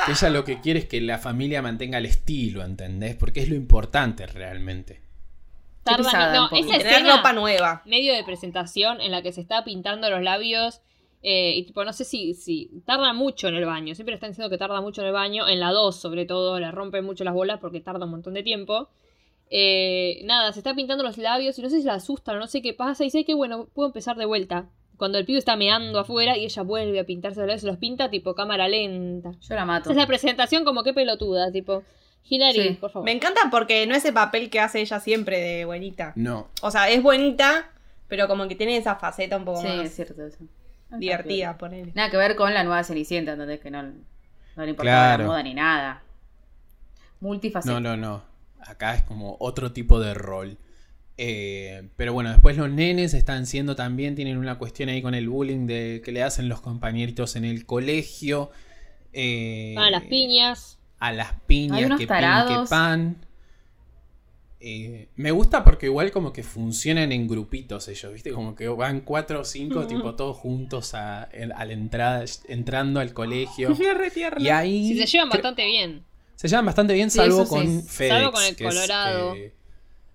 S1: que ella lo que quiere es que la familia mantenga el estilo, ¿entendés? Porque es lo importante realmente.
S4: Tardan-
S2: pesada un
S4: no,
S2: poco.
S4: esa
S3: Y tener
S4: escena,
S3: ropa nueva.
S4: medio de presentación en la que se está pintando los labios. eh, y tipo, no sé si, si tarda mucho en el baño. Siempre están diciendo que tarda mucho en el baño. En la 2, sobre todo, le rompen mucho las bolas porque tarda un montón de tiempo. Eh, nada, se está pintando los labios y no sé si la asustan o no sé qué pasa. Y sé que, bueno, puedo empezar de vuelta. Cuando el pibe está meando afuera y ella vuelve a pintarse los labios, se los pinta tipo cámara lenta.
S2: Yo la mato.
S4: Esa es la presentación como que pelotuda, tipo, Hilary,
S2: Sí.
S4: por favor.
S3: Me encanta porque no es el papel que hace ella siempre de buenita.
S1: No.
S3: O sea, es bonita, pero como que tiene esa faceta un poco
S2: Sí, es
S3: más
S2: cierto eso.
S3: divertida, ponele.
S2: Nada que ver con la nueva Cenicienta, entonces que no. No le importaba
S1: Claro.
S2: la moda ni nada. Multifacético.
S4: Ah,
S1: No, no, no. Acá es como otro tipo de rol. Eh, pero bueno, después los nenes están siendo también, tienen una cuestión ahí con el bullying de, que le hacen los compañeritos en el colegio. eh,
S4: Van a Ah, las piñas.
S1: a las piñas
S2: Hay unos
S1: que pan, que
S2: tarados.
S1: pan. Eh, me gusta porque igual como que funcionan en grupitos ellos, ¿viste? Como que van cuatro o cinco,
S2: Ujú.
S1: tipo todos juntos a, en- a la entrada, entrando al colegio.
S3: Me retierna.
S1: Y ahí...
S4: Si se llevan
S1: cre-
S4: bastante bien.
S1: se llevan bastante bien,
S2: Sí,
S1: salvo
S2: eso sí.
S1: con
S2: Salvo
S1: FedEx.
S4: con el
S1: que es,
S4: Colorado.
S1: eh,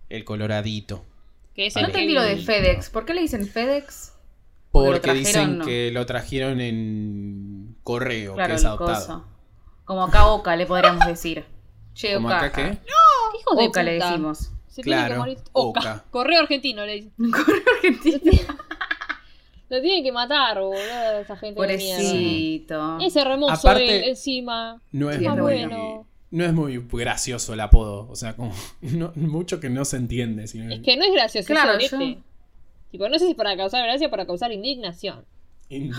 S1: el coloradito.
S4: Que es
S1: No
S2: Ah, No
S4: el
S2: entendí lo de
S4: heavy.
S2: FedEx. ¿Por qué le dicen FedEx? Porque lo
S1: Porque
S2: trajeron,
S1: dicen
S2: no.
S1: que lo trajeron en correo,
S2: Claro,
S1: que es
S2: el
S1: adoptado.
S2: coso. Como acá Oca le podríamos decir. Che,
S1: Como
S2: Oca.
S1: acá que...
S4: ¿Qué hijos de
S2: Oca le
S4: puta?
S2: decimos.
S4: Se tiene
S1: Claro,
S4: que morir. Oca.
S1: Oca.
S4: Correo argentino le dicen.
S2: Argentina.
S4: Lo tienen que matar, boludo, esa gente de mierda.
S2: Pobrecito.
S4: Ese remozo
S1: Aparte-
S4: él, encima.
S1: No es,
S2: Sí,
S4: Ah,
S1: muy,
S2: pero
S4: bueno.
S1: no es muy gracioso el apodo. O sea, como no- mucho que no se entiende. Sino
S4: Es que no es gracioso.
S2: Claro,
S4: es
S2: yo-
S4: este. Tipo, no sé si para causar gracia o para causar indignación.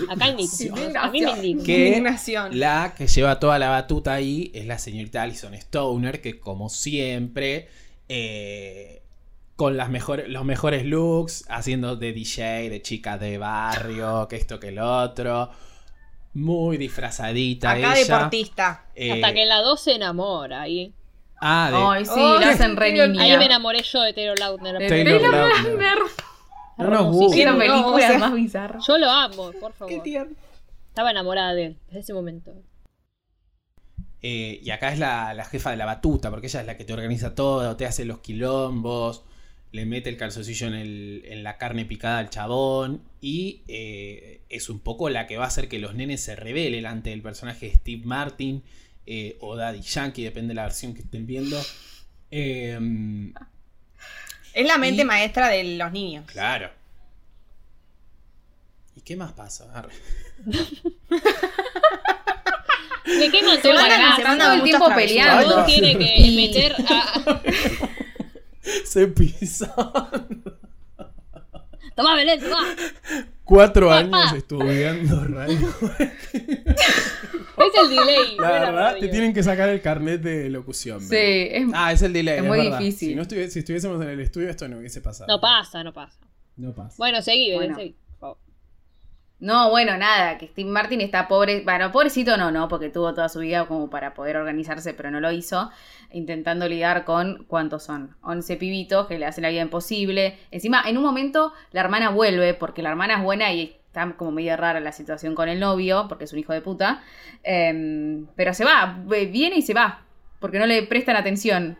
S4: Acá
S1: indignación.
S4: indignación. A mí me indigna.
S1: ¿Qué?
S3: Indignación.
S1: La que lleva toda la batuta ahí es la señorita Alison Stoner, que como siempre, eh, con las mejores, los mejores looks, haciendo de DJ, de chica de barrio, que esto que el otro. Muy disfrazadita
S3: Acá
S1: ella.
S3: deportista.
S1: Eh,
S4: Hasta que en la 2 se enamora. Ahí,
S1: Ah, de
S2: Ay, sí,
S3: Ay,
S2: la hacen re
S3: Taylor-
S2: niña.
S4: ahí me enamoré yo de Taylor Lautner.
S2: De
S1: Taylor
S2: Taylor
S1: Lautner.
S2: Lautner.
S1: No nos
S4: Hermosísimo.
S1: busques.
S2: Hicieron
S3: no,
S2: películas
S3: o sea-
S2: más bizarras.
S4: Yo lo amo, por
S3: Qué
S4: favor.
S3: tierno.
S4: Estaba enamorada de él desde ese momento.
S1: Eh, y acá es la, la jefa de la batuta, porque ella es la que te organiza todo, te hace los quilombos, le mete el calzoncillo en, el- en la carne picada al chabón. Y eh, es un poco la que va a hacer que los nenes se rebelen ante el personaje de Steve Martin eh, o Daddy Yankee, depende de la versión que estén viendo. Em,
S3: Es la mente
S1: Y-
S3: maestra de los niños.
S1: claro. ¿Y qué más pasa? Arre.
S4: Me queman
S3: Se
S4: toda la
S3: mandan-
S4: grasa.
S3: se
S2: Están todo
S3: mandan
S2: el tiempo
S3: muchas
S2: peleando.
S1: Ay,
S4: Vos
S1: no.
S4: tiene que
S2: Y-
S4: meter a.
S1: Se pisó
S4: Tomá, Belén, tomá.
S1: cuatro
S4: Papá.
S1: años estudiando radio.
S4: Es el delay.
S1: La
S4: no era
S1: verdad,
S4: radio.
S1: te tienen que sacar el carnet de locución.
S2: Sí,
S1: Belén.
S2: es
S1: Ah, es el delay.
S2: Es muy
S1: verdad.
S2: difícil.
S1: Si, no estuvi- si estuviésemos en el estudio, esto no hubiese pasado.
S4: No pasa, no pasa.
S1: No pasa.
S4: Bueno, seguí, Belén,
S2: Bueno.
S4: seguí. por favor.
S2: No, bueno, nada, que Steve Martin está pobre, bueno, pobrecito no, no, porque tuvo toda su vida como para poder organizarse, pero no lo hizo, intentando lidiar con, ¿cuántos son? 11 pibitos que le hacen la vida imposible. Encima, en un momento, la hermana vuelve, porque la hermana es buena y está como medio rara la situación con el novio, porque es un hijo de puta, Em, pero se va, ve- viene y se va, porque no le prestan atención.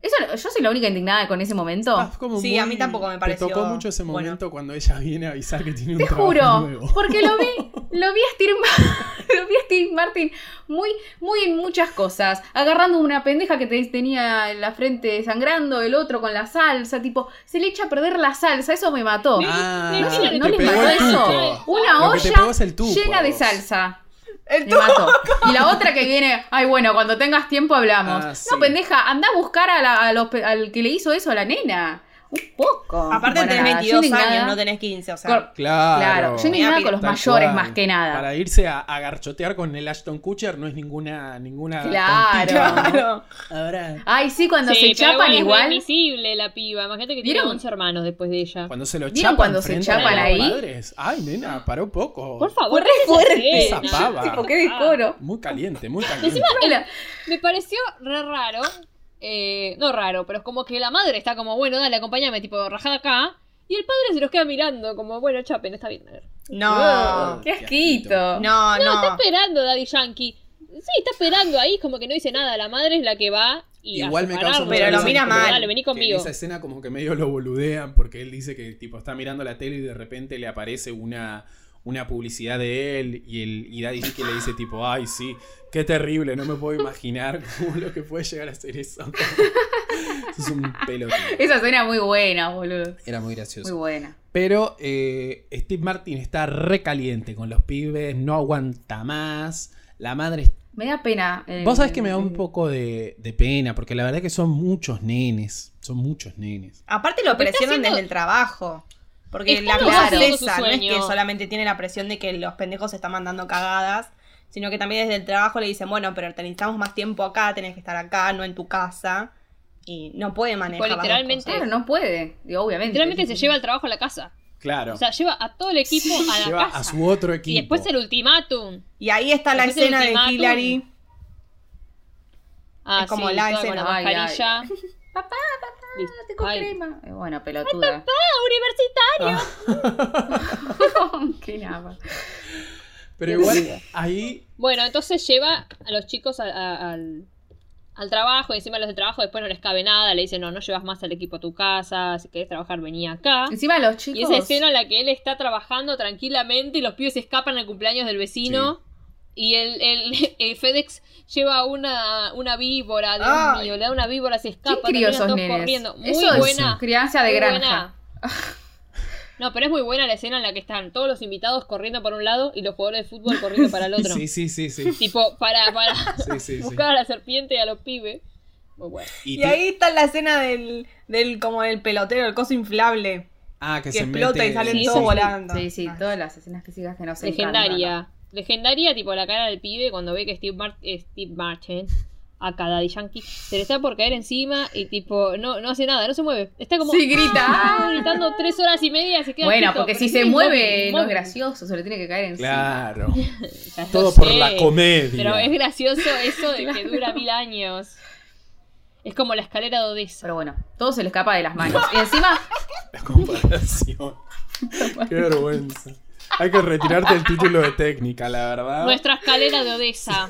S2: Eso, yo soy la única indignada con ese momento.
S1: Ah, como
S3: Sí, a mí tampoco me pareció
S1: Te tocó mucho ese
S3: bueno.
S1: momento cuando ella viene a avisar que tiene un
S2: Te
S1: trabajo
S2: juro,
S1: nuevo.
S2: porque lo vi, lo vi a Steve, Ma- lo vi a Steve Martin muy, muy en muchas cosas, agarrando una pendeja que te- tenía la frente sangrando, el otro con la salsa, tipo, se le echa a perder la salsa, eso me mató.
S1: Ah,
S4: No sé, no
S1: te
S4: le
S1: pegó
S4: mató
S1: el
S4: eso.
S1: tuco.
S2: Una
S1: Lo que te
S2: olla
S1: pegó es el tuco a
S2: llena de
S1: vos.
S2: salsa.
S3: El
S2: Me mató. Y la otra que viene, ay bueno, cuando tengas tiempo hablamos.
S1: Ah, sí.
S2: No, pendeja, anda a buscar a la- a los pe- al que le hizo eso a la nena. Un poco.
S3: Aparte
S2: Bueno,
S3: tenés
S2: nada, yo
S3: 22 años,
S2: indignada.
S3: no tenés 15, o sea.
S2: Cor-
S1: Claro.
S2: Claro, yo ni nada con los
S1: Tal
S2: mayores
S1: cual.
S2: más que nada.
S1: Para irse a, a garchotear con el Ashton Kutcher no es ninguna. ninguna
S2: Claro.
S3: Claro.
S1: tontita. Ahora,
S2: Ay, sí, cuando
S4: Sí,
S2: se
S4: pero
S2: chapan
S4: es
S2: igual.
S4: invisible la piba. Imagínate que tiene
S2: ¿Vieron?
S4: 11 hermanos después de ella.
S1: cuando se lo
S2: ¿Vieron
S1: chapan
S2: cuando se
S1: frente
S2: chapan
S1: a los
S2: ahí?
S1: padres. Ay, nena, paró poco.
S4: Por favor,
S2: Fue re
S4: esa
S2: fuerte.
S4: escena.
S1: Esa pava.
S2: Tipo, qué decoro.
S1: Muy caliente, muy caliente.
S2: Y la-
S4: Me pareció re raro. eh, no raro, pero es como que la madre está como, bueno, dale, acompáñame, tipo, rajada acá. Y el padre se los queda mirando, como, bueno, chapen, está bien. a ver.
S3: No.
S2: qué asquito.
S3: No,
S4: No, está
S2: Ah.
S3: no.
S4: esperando Daddy Yankee. Sí, está esperando ahí, como que no dice nada. La madre es la que va y. a
S1: Igual me causa
S4: separarlo.
S1: mucha
S3: Pero lo
S1: gracia
S3: mira
S1: porque-
S3: mal.
S4: Dale, vení
S1: que
S4: conmigo.
S1: Esa escena como que medio lo boludean porque él dice que tipo está mirando la tele y de repente le aparece una, una publicidad de él y, el, y Daddy Yankee le dice tipo, ay sí, qué terrible, no me puedo imaginar cómo lo que puede llegar a ser eso. Eso es un pelotudo.
S2: Esa escena muy buena, boludo.
S1: Era muy
S2: Muy
S1: gracioso.
S2: buena.
S1: Pero eh, Steve Martin está recaliente con los pibes, no aguanta más. La madre está
S2: Me da pena. eh,
S1: Vos sabés que me da un
S2: eh,
S1: poco de, de pena, porque la verdad que son muchos nenes. Son muchos nenes.
S3: Aparte lo
S4: Pero está
S3: presionan
S4: haciendo-
S3: desde el trabajo. Porque la
S4: Está
S3: cosa
S2: logrando
S3: es
S4: su
S3: esa, no es que
S4: sueño.
S3: solamente tiene la presión de que los pendejos se están mandando cagadas, sino que también desde el trabajo le dicen, bueno, pero te necesitamos más tiempo acá, tenés que estar acá, no en tu casa. Y no puede manejar.
S4: Pues
S3: las dos
S4: literalmente-
S3: cosas.
S2: Claro, no puede. Digo, obviamente.
S4: Literalmente se lleva el trabajo a la casa.
S1: Claro.
S4: O sea, lleva a todo el equipo a la
S1: Lleva
S4: casa.
S1: a su otro equipo.
S4: y después el ultimátum.
S3: Y ahí está la
S4: Después el
S3: escena de
S4: ultimátum.
S3: Hillary.
S4: Ah,
S3: Es como
S4: sí,
S3: la
S4: toda con
S3: escena.
S4: la
S2: Ay, ay.
S4: mascarilla.
S2: Papá,
S4: Listo.
S2: Ah, tengo
S4: Ay,
S2: crema. Eh, Bueno, pelotuda.
S4: ah, universitario.
S1: Ah,
S2: Qué nada.
S1: pero igual ahí.
S4: Bueno, entonces lleva a los chicos a- a- al, al trabajo y encima los del trabajo después no les cabe nada. Le dicen, no, no llevas más al equipo a tu casa. Si querés trabajar, vení acá.
S2: Encima los
S4: Y
S2: chicos.
S4: esa escena en la que él está trabajando tranquilamente y los pibes escapan al cumpleaños del vecino. Y el, el- el FedEx lleva una, una víbora, Dios
S3: Ay.
S4: mío, le da una víbora, se
S2: ¿Quién
S4: escapa,
S2: crió
S4: terminan
S2: esos
S4: todos
S2: nenes?
S4: corriendo. Muy
S2: Eso es
S4: buena.
S2: crianza de
S4: muy
S2: granja.
S4: buena. No, pero es muy buena la escena en la que están todos los invitados corriendo para un lado y los jugadores de fútbol corriendo para el otro.
S1: Sí, sí, sí, sí. sí,
S4: Tipo, para, para
S1: sí, sí.
S4: buscar a la serpiente y a los pibes. Muy bueno.
S1: Y
S3: Y,
S1: ti-
S3: ahí está la escena del, del como del pelotero, el coso inflable.
S1: ah, que,
S3: Que,
S1: se
S3: explota
S1: mete-
S3: y salen
S4: Sí,
S3: todos
S4: sí,
S3: volando.
S2: Sí, sí,
S3: Ah.
S2: todas las escenas que sigas que no se
S4: Legendaria. Legendaria, tipo la cara del pibe cuando ve que Steve, Mar- eh, Steve Martin, acá Daddy Yankee, se le está por caer encima y tipo, no, no hace nada, no se mueve. Está como
S2: Sí, grita.
S4: "Ah", gritando tres horas y media y se queda
S2: Bueno,
S4: quieto,
S2: porque
S4: pero
S2: si
S4: es
S2: se
S4: un
S2: mueve
S4: móvil,
S2: no es
S4: móvil.
S2: gracioso, se le tiene que caer encima.
S1: Claro.
S4: Ya lo
S1: Todo por
S4: sé,
S1: la comedia.
S4: Pero es gracioso eso de que dura mil años. Es como la escalera de Odessa.
S2: Pero bueno, todo se le escapa de las manos. Y encima,
S1: La comparación. Qué vergüenza. Hay que retirarte el título de técnica, la verdad.
S4: Nuestra escalera de Odessa.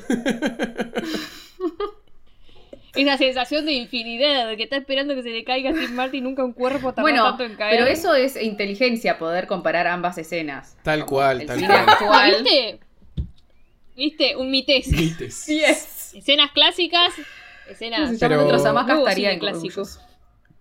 S4: Esa sensación de infinidad, de que está esperando que se le caiga a Steve Martin, nunca un cuerpo tardó
S2: bueno,
S4: tanto en caer.
S2: pero eso es inteligencia, poder comparar ambas escenas.
S1: Tal cual,
S2: El
S1: tal
S2: cine
S1: cual.
S4: Ah,
S2: actual.
S4: ¿Viste? ¿Viste? Un mi tesis.
S1: Viste.
S2: es.
S4: Escenas clásicas, escenas.
S1: Pero-
S2: Pero...
S4: Nuevo
S2: estaría
S4: cine
S2: en
S4: clásico.
S2: clásicos.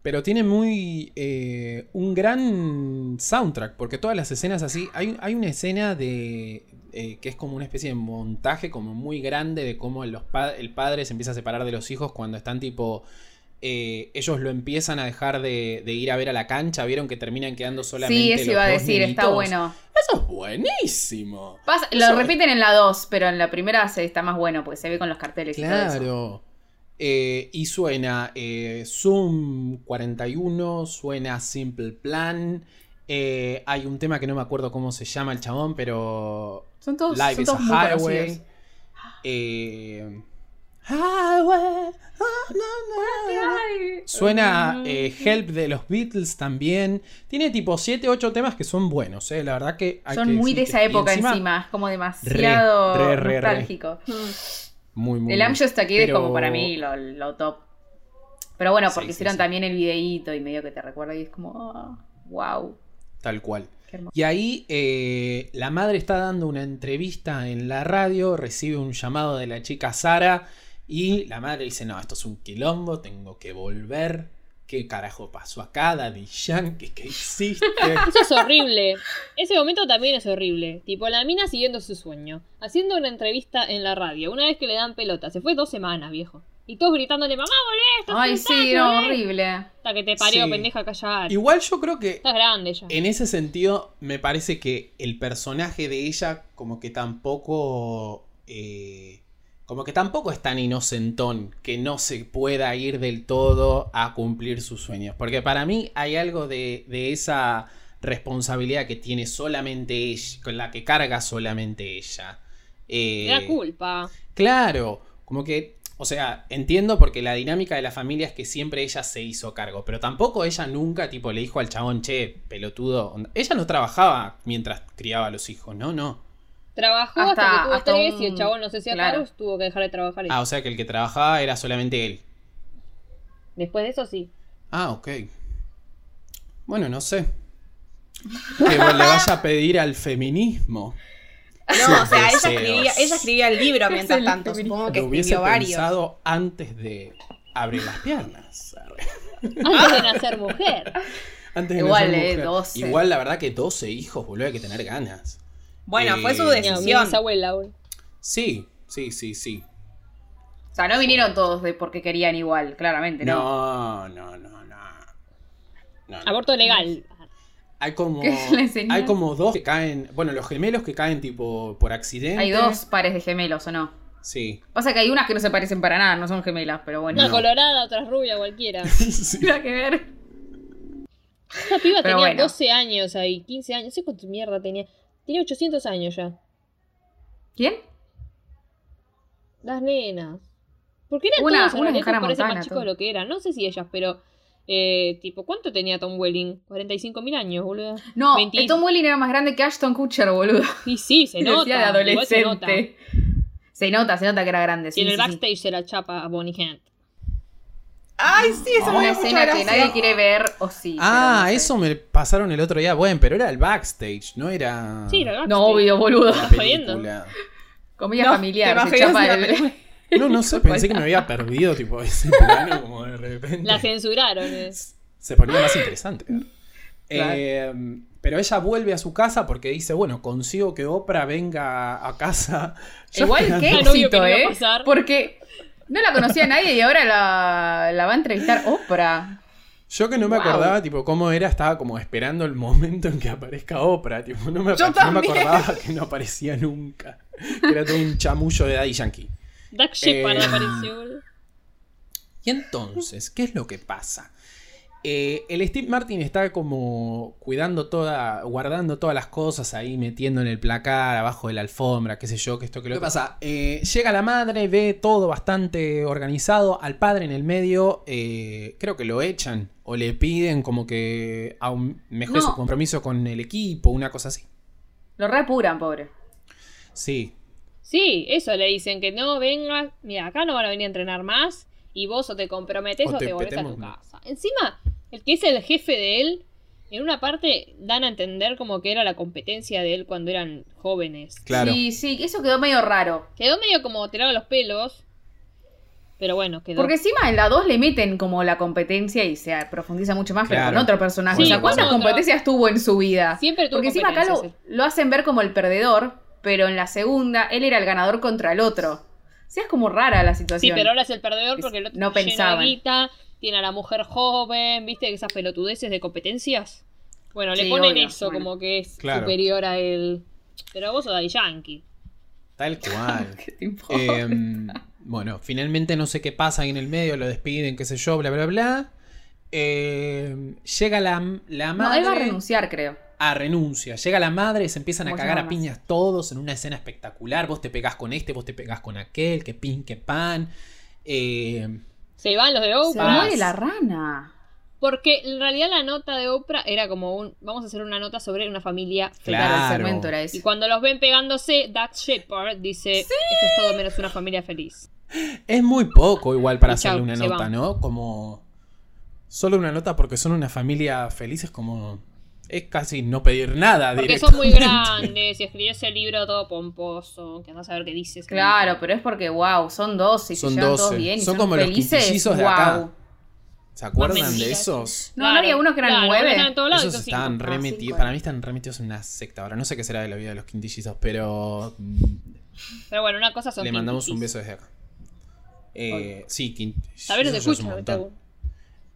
S1: Pero tiene muy. eh, un gran soundtrack, porque todas las escenas así. Hay, hay una escena de. eh, que es como una especie de montaje como muy grande de cómo los pa- el padre se empieza a separar de los hijos cuando están tipo. eh, ellos lo empiezan a dejar de, de ir a ver a la cancha, vieron que terminan quedando solamente.
S2: Sí, eso
S1: los
S2: iba a
S1: dos
S2: decir, está
S1: nenitos.
S2: bueno.
S1: Eso es buenísimo.
S2: Pasa-
S1: Eso
S2: lo
S1: es-
S2: repiten en la 2, pero en la primera se está más bueno porque se ve con los carteles. y todo eso.
S1: Claro. Eh, y suena eh, Zoom 41, suena Simple Plan. eh, hay un tema que no me acuerdo cómo se llama el chabón, pero
S2: Oh, Son todos,
S1: Live
S2: son
S1: is a
S2: todos muy
S1: Highway.
S2: conocidos.
S1: Eh, highway. ah, na, na. Suena eh, Help de los Beatles también. Tiene tipo 7, 8 temas que son buenos, eh, la verdad que hay
S2: Son
S1: que
S2: muy de
S1: decir
S2: esa
S1: que- y
S2: época encima, es como demasiado
S1: re, re, re.
S2: nostálgico.
S1: Muy, muy
S2: El
S1: bueno.
S2: Am Just Aquí es
S1: Pero-
S2: como para mí lo, lo top. Pero bueno, porque
S1: Sí, sí,
S2: hicieron
S1: sí.
S2: también el videíto y medio que te recuerda y es como, ah, wow,
S1: Tal cual.
S2: qué hermoso.
S1: Y ahí eh, la madre está dando una entrevista en la radio, recibe un llamado de la chica Sara y la madre dice, no, esto es un quilombo, tengo que volver. ¿Qué carajo pasó acá, Daddy Yankee? ¿Qué hiciste?
S4: Eso es horrible. Ese momento también es horrible. Tipo, la mina siguiendo su sueño, haciendo una entrevista en la radio. Una vez que le dan pelota, se fue dos semanas, viejo. Y todos gritándole, mamá, volvé, estás
S2: Ay,
S4: sentada,
S2: sí,
S1: ¿eh?
S2: no,
S4: volvé".
S2: horrible.
S4: Hasta que te parió,
S1: Sí.
S4: pendeja, callar.
S1: Igual yo creo que
S4: Estás grande ya.
S1: en ese sentido me parece que el personaje de ella como que tampoco... eh, como que tampoco es tan inocentón que no se pueda ir del todo a cumplir sus sueños. Porque para mí hay algo de, de esa responsabilidad que tiene solamente ella, con la que carga solamente ella. Eh,
S4: Era culpa.
S1: Claro, como que, o sea, entiendo porque la dinámica de la familia es que siempre ella se hizo cargo, pero tampoco ella nunca, tipo, le dijo al chabón, che, pelotudo. onda". Ella no trabajaba mientras criaba a los hijos, no, no.
S4: Trabajó hasta,
S2: Hasta-
S4: que tuvo
S2: hasta
S4: tres
S2: un-
S4: y el chabón no sé si a
S2: claro.
S4: cargos, tuvo que dejar de trabajar.
S1: Ah, o sea que el que trabajaba era solamente él.
S4: Después de eso sí.
S1: Ah, ok. Bueno, no sé. Que vos le vaya a pedir al feminismo.
S3: No, o sea,
S1: Sus
S3: ella escribía,
S1: deseos.
S3: ella escribía el libro mientras
S2: el
S3: tanto, supongo que
S1: Lo hubiese
S3: escribió varios.
S1: pensado antes de abrir las piernas.
S4: Antes de nacer mujer.
S1: Antes de
S2: Igual,
S1: nacer
S2: eh,
S1: mujer.
S2: 12.
S1: Igual, la verdad que 12 hijos, boludo, hay que tener ganas.
S3: Bueno, fue su
S1: Eh,
S4: Mi, mi
S3: decisión.
S4: bisabuela, boludo.
S1: Sí, sí, sí, sí.
S2: O sea, no vinieron todos de porque querían igual, claramente, ¿no?
S1: No, no, no, no. No, no.
S4: Aborto legal.
S1: Hay como,
S2: ¿Qué es la señal?
S1: hay como dos que caen, bueno, los gemelos que caen tipo por accidente.
S2: Hay dos pares de gemelos, ¿o no?
S1: Sí.
S2: Pasa que hay unas que no se parecen para nada, no son gemelas, pero bueno.
S4: Una
S1: No.
S4: colorada, otra rubia, cualquiera.
S1: Sí.
S2: Nada que ver.
S4: Esa
S2: Pero
S4: piba tenía
S2: bueno.
S4: 12 años ahí, 15 años, no sé cuánto mierda tenía. Tiene 800 años ya.
S2: ¿Quién?
S4: Las nenas. Porque eran
S2: Una-
S4: todas en
S2: una
S4: realidad,
S2: Hannah
S4: parecen
S2: Montana,
S4: más chicos de
S2: todo.
S4: lo que eran. No sé si ellas, pero... eh, tipo, ¿cuánto tenía Tom Welling? 45.000 años, boludo.
S2: No,
S4: 20.
S2: el Tom Welling era más grande que Ashton Kutcher, boludo.
S4: Y sí, se
S2: Decía
S4: nota.
S2: de
S4: igual se nota.
S2: adolescente. Se nota, se nota que era grande.
S4: Y
S2: Sí,
S4: en
S2: sí,
S4: el
S2: sí.
S4: backstage se la chapa a Bonnie Hunt.
S3: Ay, sí, eso me
S2: Una
S3: dio mucha
S2: escena que
S3: gracia.
S2: nadie quiere ver, o sí.
S1: Ah,
S2: pero no sé.
S1: eso me pasaron el otro día. Bueno, pero era el backstage, no era.
S4: Sí, era el
S2: Ah. No,
S4: backstage.
S2: obvio, boludo.
S1: la
S4: Estás jodiendo.
S1: película.
S2: Comida
S3: Ah, No, te
S2: familiar, se
S3: imaginas
S2: chapa
S3: una
S2: el-
S3: película.
S1: No, no sé, pensé que me había perdido, tipo, ese plano, como de repente.
S4: La censuraron. eh.
S1: Se ponía más interesante.
S2: Claro.
S1: Eh, pero ella vuelve a su casa porque dice, bueno, consigo que Oprah venga a casa. Yo
S2: Igual que
S1: esperando-
S4: Era obvio que
S2: éxito,
S4: no iba a
S2: ¿eh?
S4: pasar.
S2: Porque no la conocía nadie y ahora la, la va a entrevistar Oprah.
S1: Yo que no me
S2: Wow.
S1: acordaba, tipo, cómo era, estaba como esperando el momento en que aparezca Oprah. Tipo, no me,
S3: Yo
S1: no me
S3: también.
S1: acordaba que no aparecía nunca. Que era todo un chamullo de Daddy Yankee.
S4: Doug Shepard
S1: Eh,
S4: apareció. boludo.
S1: Y entonces, ¿qué es lo que pasa? Eh, el Steve Martin está como cuidando toda, guardando todas las cosas ahí, metiendo en el placar, abajo de la alfombra, qué sé yo, que esto, que lo que pasa. Eh, llega la madre, ve todo bastante organizado, al padre en el medio, eh, creo que lo echan o le piden como que aún mejore su
S2: No.
S1: compromiso con el equipo, una cosa así.
S2: Lo reapuran, pobre.
S1: Sí,
S4: Sí, eso le dicen que no vengas, mira, acá no van a venir a entrenar más y vos o te comprometes
S1: O
S4: o,
S1: te
S4: te volvés a tu
S1: metemos-
S4: casa. Encima, el que es el jefe de él, en una parte dan a entender como que era la competencia de él cuando eran jóvenes.
S1: claro.
S2: Sí, sí, eso quedó medio raro.
S4: Quedó medio como tirado a los pelos, pero bueno, quedó.
S2: Porque encima en la 2 le meten como la competencia y se profundiza mucho más, pero
S1: Claro.
S2: con otro personaje.
S1: Sí,
S2: o sea,
S1: con
S2: ¿cuántas
S4: otro.
S2: competencias tuvo en su vida?
S4: Siempre tuvo
S2: Porque encima acá lo,
S4: competencias
S2: lo hacen ver como el perdedor, pero en la segunda él era el ganador contra el otro. O sea, es como rara la
S4: Sí,
S2: situación.
S4: pero ahora es el perdedor porque el otro
S2: No
S4: llena de
S2: pensaban.
S4: guita, tiene a la mujer joven, ¿viste? Esas pelotudeces de competencias. Bueno, le
S2: Sí,
S4: ponen
S2: obvio,
S4: eso
S2: bueno.
S4: como que es
S1: Claro.
S4: superior a él. Pero vos sos Daddy Yankee.
S1: Tal cual.
S2: ¿Qué te importa?
S1: Eh, bueno, finalmente no sé qué pasa ahí en el medio, lo despiden, qué sé yo, bla, bla, bla. Eh, llega la, la
S2: no,
S1: madre.
S2: él va a renunciar, creo.
S1: Ah, renuncia. Llega la madre, se empiezan a
S2: Como
S1: cagar a
S2: llamas.
S1: piñas todos en una escena espectacular. Vos te pegás con este, vos te pegás con aquel, que pin, que pan. Eh,
S4: Se van los de
S2: Se
S4: Oprah.
S2: muere la rana.
S4: Porque en realidad la nota de Oprah era como un. Vamos a hacer una nota sobre una familia
S1: Claro.
S4: feliz.
S2: el segmento era
S4: Y
S2: ese.
S4: cuando los ven pegándose, Doug Shepard dice: Esto es todo menos una familia feliz.
S1: es muy poco igual para
S4: Y chau,
S1: hacerle una
S4: se
S1: nota,
S4: va.
S1: ¿no? Como. Solo una nota porque son una familia feliz es como. Es casi no pedir nada
S4: Porque son muy
S1: directamente.
S4: grandes y escribió ese libro todo pomposo. Que andás a ver qué dices.
S2: Claro, pero es porque, wow, son 12 y
S1: Son
S2: se llevan
S1: 12.
S2: todos bien y
S1: Son
S2: son,
S1: como los
S2: felices.
S1: quintillizos de
S2: wow.
S1: acá. ¿Se acuerdan de
S4: mentiras.
S1: esos?
S2: No, no había uno que eran nueve.
S4: Estaban en todos lados,
S1: Esos
S4: son cinco.
S1: estaban
S2: Ah,
S1: remetidos.
S2: cinco.
S1: Para mí están remetidos en una secta ahora. No sé qué será de la vida de los quintillizos, pero mm,
S4: Pero bueno, una cosa son
S1: le mandamos un
S4: quintitis.
S1: beso desde acá. Eh, sí, quintillizos.
S4: A ver, te
S1: ya es un
S4: escucha.
S1: montón.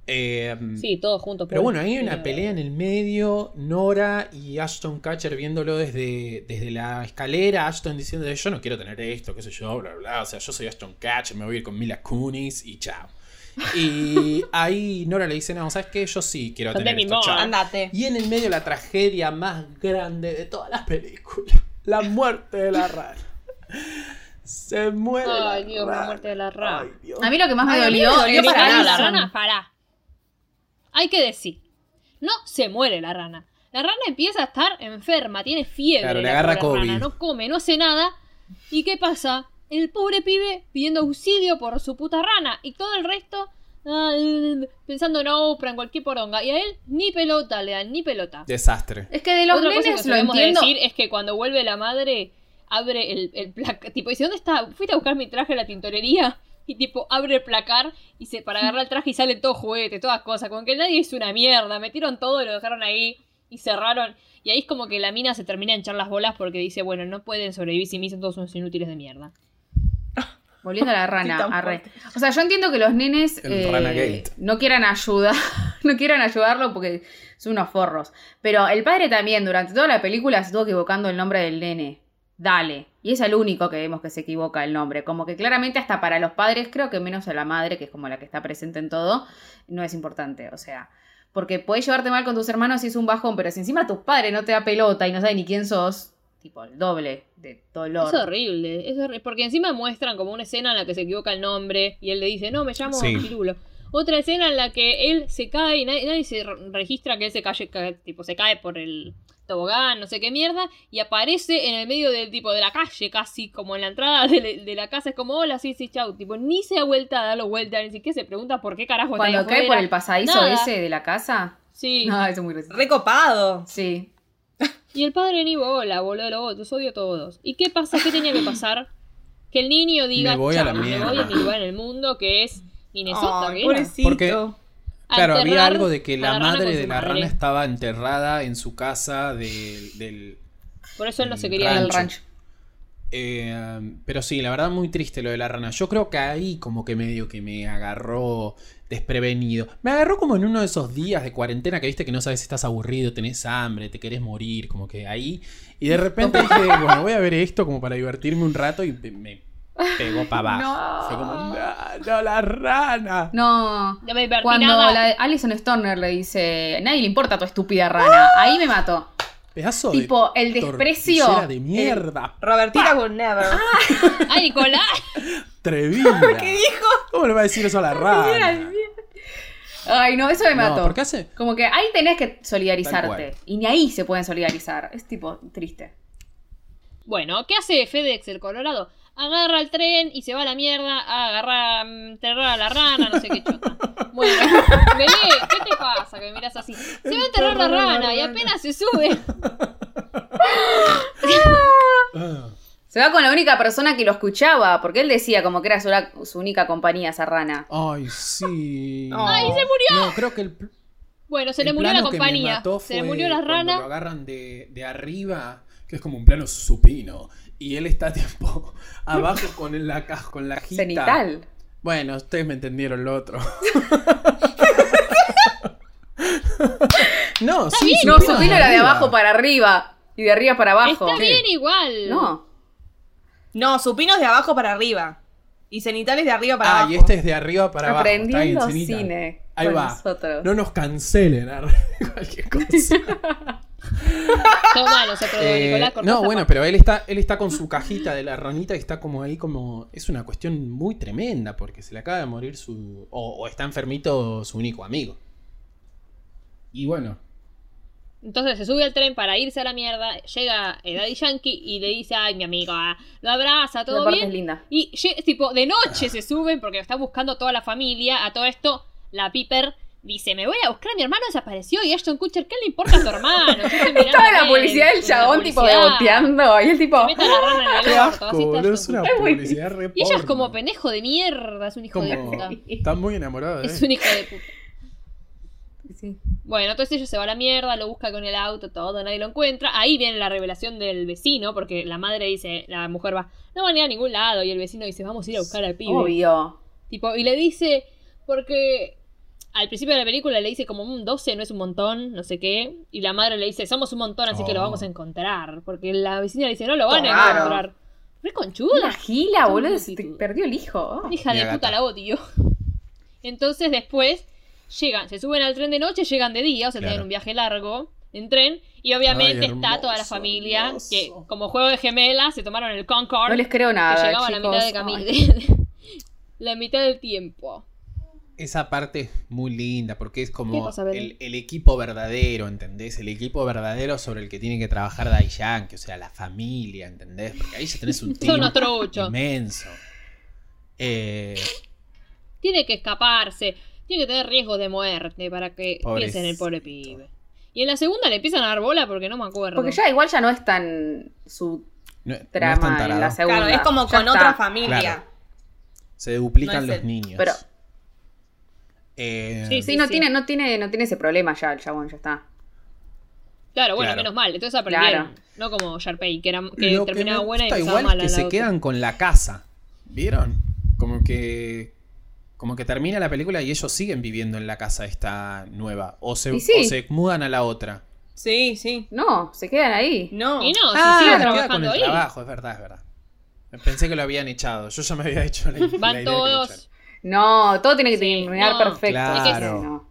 S1: Eh,
S4: Sí, pues. eh, todos juntos.
S1: Pero bueno, ahí hay
S4: hay
S1: una pelea en el medio, Nora y Ashton Catcher viéndolo desde, desde la escalera, Ashton diciendo, yo no quiero tener esto, qué sé yo, bla, bla, bla, o sea, yo soy Ashton Catcher, me voy a ir con Mila Kunis y chao. Y ahí Nora le dice, no, ¿sabes qué? Yo sí quiero
S4: Son
S1: tener
S4: de mi
S1: esto,
S4: moda.
S1: chao.
S3: Andate.
S1: Y en el medio la tragedia más grande de todas las películas, la muerte de la rana. Se muere
S4: Ay,
S1: la
S4: Dios, la
S1: rana.
S4: muerte de la rana.
S1: Ay, Dios.
S2: A mí lo que más me
S3: Ay, a mí me
S2: dolió
S3: dolió
S2: es
S3: para
S2: Alison.
S4: la rana, pará. Hay que decir, no se muere la rana. La rana empieza a estar enferma, tiene fiebre.
S1: Claro, le
S4: la
S1: agarra
S4: pobre
S1: COVID.
S4: Rana, no come, no hace nada. ¿Y qué pasa? El pobre pibe pidiendo auxilio por su puta rana y todo el resto ah, pensando en Oprah, en cualquier poronga. Y a él ni pelota le dan, ni pelota.
S1: Desastre.
S2: Es que de los
S4: Otra cosa que
S2: nenes lo
S4: solemos
S2: entiendo.
S4: decir es que cuando vuelve la madre, abre el, el placar. Tipo, dice, ¿dónde está? Fuiste a buscar mi traje a la tintorería. Y tipo, abre el placar y se, para agarrar el traje y salen todos juguetes, todas cosas. Como que nadie es una mierda. Metieron todo, lo dejaron ahí y cerraron. Y ahí es como que la mina se termina de hinchar las bolas porque dice, bueno, no pueden sobrevivir si me dicen todos unos inútiles de mierda.
S2: Volviendo a la rana,
S3: Sí, tan
S2: arre.
S3: fuerte.
S2: O sea, yo entiendo que los nenes
S1: El
S2: eh,
S1: Ranagate.
S2: no quieran ayuda, no quieran ayudarlo porque son unos forros. Pero el padre también, durante toda la película, se estuvo equivocando el nombre del nene. Dale. Y es el único que vemos que se equivoca el nombre. Como que claramente hasta para los padres, creo que menos a la madre, que es como la que está presente en todo, no es importante. O sea, porque podés llevarte mal con tus hermanos si es un bajón, pero si encima tus padres no te da pelota y no saben ni quién sos, tipo el doble de dolor.
S4: Es horrible, es horrible, porque encima muestran como una escena en la que se equivoca el nombre y él le dice, no, me llamo
S1: Sí.
S4: Pirulo. Otra escena en la que él se cae y nadie, nadie se re- registra que él se cae, tipo, se cae por el tobogán, no sé qué mierda, y aparece en el medio del tipo de la calle, casi como en la entrada de, la- de la casa, es como, hola, sí, sí, chau, tipo, ni se da vuelta, da la vuelta, ni siquiera se pregunta por qué carajo está ahí
S2: Cuando cae por
S4: afuera.
S2: el pasadizo
S4: Nada.
S2: ese de la casa.
S4: Sí,
S2: No, eso es muy gracioso.
S3: Recopado.
S2: Sí.
S4: Y el padre ni bola, boludo, lo odio, los odio a todos. ¿Y qué pasa? ¿Qué tenía que pasar? Que el niño diga,
S1: Me voy a la
S4: "Chao, me
S1: mierda".
S4: voy a mi lugar en el mundo, que es Minnesota,
S3: Ay,
S4: ¿qué era?
S3: pobrecito.
S1: Porque-
S4: A
S1: Claro, había
S4: enterrar
S1: algo de que
S4: a
S1: la
S4: rana
S1: madre
S4: con
S1: de
S4: su
S1: la
S4: madre.
S1: rana estaba enterrada en su casa del... del
S4: Por eso él no se
S1: del
S4: quería
S1: rancho.
S2: Del rancho.
S1: eh, pero sí, la verdad muy triste lo de la rana. Yo creo que ahí como que medio que me agarró desprevenido. Me agarró como en uno de esos días de cuarentena que viste que no sabes si estás aburrido, tenés hambre, te querés morir, como que ahí. Y de repente dije, bueno, voy a ver esto como para divertirme un rato y me- me pegó para abajo.
S2: No.
S1: Fue como, no, no, la rana.
S2: No.
S4: No me divertí
S2: Cuando
S4: nada.
S2: la Alison Stoner le dice, nadie le importa tu estúpida rana.
S4: ¡Ah!
S2: Ahí me mató.
S1: Pedazo de
S2: Tipo, el desprecio.
S1: tortillera de mierda.
S3: Robertita would never.
S2: Ah.
S4: ¡Ay, Nicolás!
S1: Atrevida.
S3: ¿Qué dijo?
S1: ¿Cómo le va a decir eso a la rana?
S2: Ay, no, eso me
S1: No,
S2: mató.
S1: porque hace-
S2: Como que ahí tenés que
S1: Tal
S2: solidarizarte. Y ni ahí se pueden solidarizar. Es tipo triste.
S4: Bueno, ¿qué hace FedEx el Colorado? Agarra el tren y se va a la mierda a agarrar, mm, enterrar a la rana, no sé qué chota. Bueno, Belé, ¿qué te pasa que me miras así? Se va a enterrar la
S1: Enterrar a la
S4: rana y
S1: rana.
S4: apenas se sube.
S1: Ah.
S2: Se va con la única persona que lo escuchaba, porque él decía como que era su, su única compañía esa rana.
S1: Ay, sí.
S3: Ay, se
S1: murió. No, creo que el, pl-
S4: Bueno, se le
S1: el
S4: murió la
S1: plano que me
S4: compañía.
S1: mató
S4: Se le
S1: fue
S4: murió la
S1: cuando
S4: rana.
S1: Lo agarran de, de arriba, que es como un plano supino. Y él está tipo abajo con la, ca- con la jita.
S2: Cenital.
S1: Bueno, ustedes me entendieron lo otro. no, sí,
S2: No,
S1: supino
S2: supino era de
S1: arriba.
S2: abajo para arriba y de arriba para abajo.
S4: Está
S1: ¿Qué?
S4: bien igual.
S2: No.
S3: No, supinos de abajo para arriba. Y cenitales de arriba para
S1: ah,
S3: abajo.
S1: y este es de arriba para abajo. Está bien,
S2: Aprendiendo
S1: Cenita.
S2: cine.
S1: Ahí
S2: con
S1: va.
S2: Nosotros.
S1: No nos cancelen arre, cualquier cosa.
S4: Toma nosotros,
S1: Eh,
S4: Nicolás. cortá
S1: no,
S4: esa
S1: bueno,
S4: parte.
S1: pero él está, él está con su cajita de la ranita y está como ahí como... Es una cuestión muy tremenda porque se le acaba de morir su... O, o está enfermito su único amigo. Y bueno.
S4: Entonces se sube al tren para irse a la mierda. Llega eh, Daddy Yankee y le dice: Ay, mi amigo, ah", lo abraza,
S2: La
S4: todo
S2: parte
S4: bien.
S2: es linda.
S4: Y lle- tipo, de noche se suben porque lo está buscando toda la familia. A todo esto, la Piper dice: Me voy a buscar a mi hermano, desapareció. Y Ashton Kutcher, ¿qué le importa a tu hermano?
S2: Estaba la publicidad del chabón tipo deboteando. Y el tipo.
S4: Mete a la rana en el orto,
S1: Asco,
S4: así está
S1: boludo,
S4: Ashton
S1: es una
S4: Kutcher.
S1: publicidad re
S4: Y ella es
S1: porno.
S4: como pendejo de mierda, es un hijo de
S1: Como-
S4: puta.
S1: Está muy ¿eh? enamorada de
S4: Es
S1: él.
S4: un hijo de puta.
S2: Sí.
S4: Bueno, entonces ella se va a la mierda, lo busca con el auto, todo, nadie lo encuentra. Ahí viene la revelación del vecino, porque la madre dice, la mujer va, no van a ir a ningún lado, y el vecino dice, vamos a ir a buscar al pibe.
S2: Obvio.
S4: Tipo, y le dice, porque al principio de la película le dice como un 12 no es un montón, no sé qué, y la madre le dice, somos un montón, así que lo
S1: Oh.
S4: vamos a encontrar, porque la vecina le dice, no lo van a
S2: Claro.
S4: encontrar. Re
S2: Una
S4: conchuda.
S2: gila, boludo. se te
S4: multitud.
S2: perdió el hijo. Oh.
S4: Hija de
S1: Mira,
S4: puta,
S1: gata.
S4: la odio. Entonces después llegan, se suben al tren de noche, llegan de día, o sea,
S1: Claro.
S4: tienen un viaje largo en tren. Y obviamente
S1: Ay,
S4: está toda la
S1: hermoso,
S4: familia
S1: hermoso.
S4: que, como juego de gemelas, se tomaron el Concord
S2: No les creo
S4: que
S2: nada.
S4: llegaba a la
S2: chicos.
S4: mitad de
S2: Ay.
S4: camino. la mitad del tiempo.
S1: Esa parte es muy linda porque es
S4: ¿Qué
S1: como
S4: pasa, Belén?
S1: el, el equipo verdadero, ¿entendés? El equipo verdadero sobre el que tiene que trabajar Dai Yankee, o sea, la familia, ¿entendés? Porque ahí ya tenés un
S4: Son
S1: team
S4: otro ocho.
S1: inmenso. Eh,
S4: Tiene que escaparse, tiene que tener riesgo de muerte para que piensen en el pobre
S1: Pobrecito.
S4: pibe. Y en la segunda le empiezan a dar bola porque no me acuerdo.
S2: Porque ya igual ya no es tan su
S1: no, no es tan
S2: trama en la
S1: tarado.
S2: segunda.
S3: Claro, es como
S2: Ya
S3: con
S2: está.
S3: otra familia.
S1: Claro. Se duplican
S3: No es
S1: los
S3: el-
S1: niños.
S2: pero-
S1: Eh,
S4: Sí,
S2: Sí, no
S4: sí.
S2: tiene, no tiene, no tiene ese problema ya el chabón, ya está.
S4: Claro, bueno,
S1: Claro.
S4: menos mal. Entonces aprendieron.
S2: Claro.
S4: No como Sharpay, que, era, que
S1: lo que me
S4: terminaba buena y
S1: gusta
S4: empezaba
S1: igual es
S4: mal a
S1: que
S4: la
S1: se
S4: otra.
S1: quedan con la casa. ¿Vieron? Como que. Como que termina la película y ellos siguen viviendo en la casa esta nueva. O se,
S2: Y sí.
S1: o se mudan a la otra.
S3: Sí, sí.
S2: No, se quedan ahí.
S3: No.
S4: Y no,
S2: Ah,
S4: si
S1: Ah,
S4: siguen
S1: se queda con el
S4: trabajando ahí,
S1: trabajo, es verdad, es verdad. Pensé que lo habían echado. Yo ya me había hecho la, la idea de
S4: van
S1: que lo
S4: todos.
S2: No, todo tiene que
S4: Sí,
S2: terminar
S4: no.
S2: perfecto.
S1: Claro.
S2: Sí, no.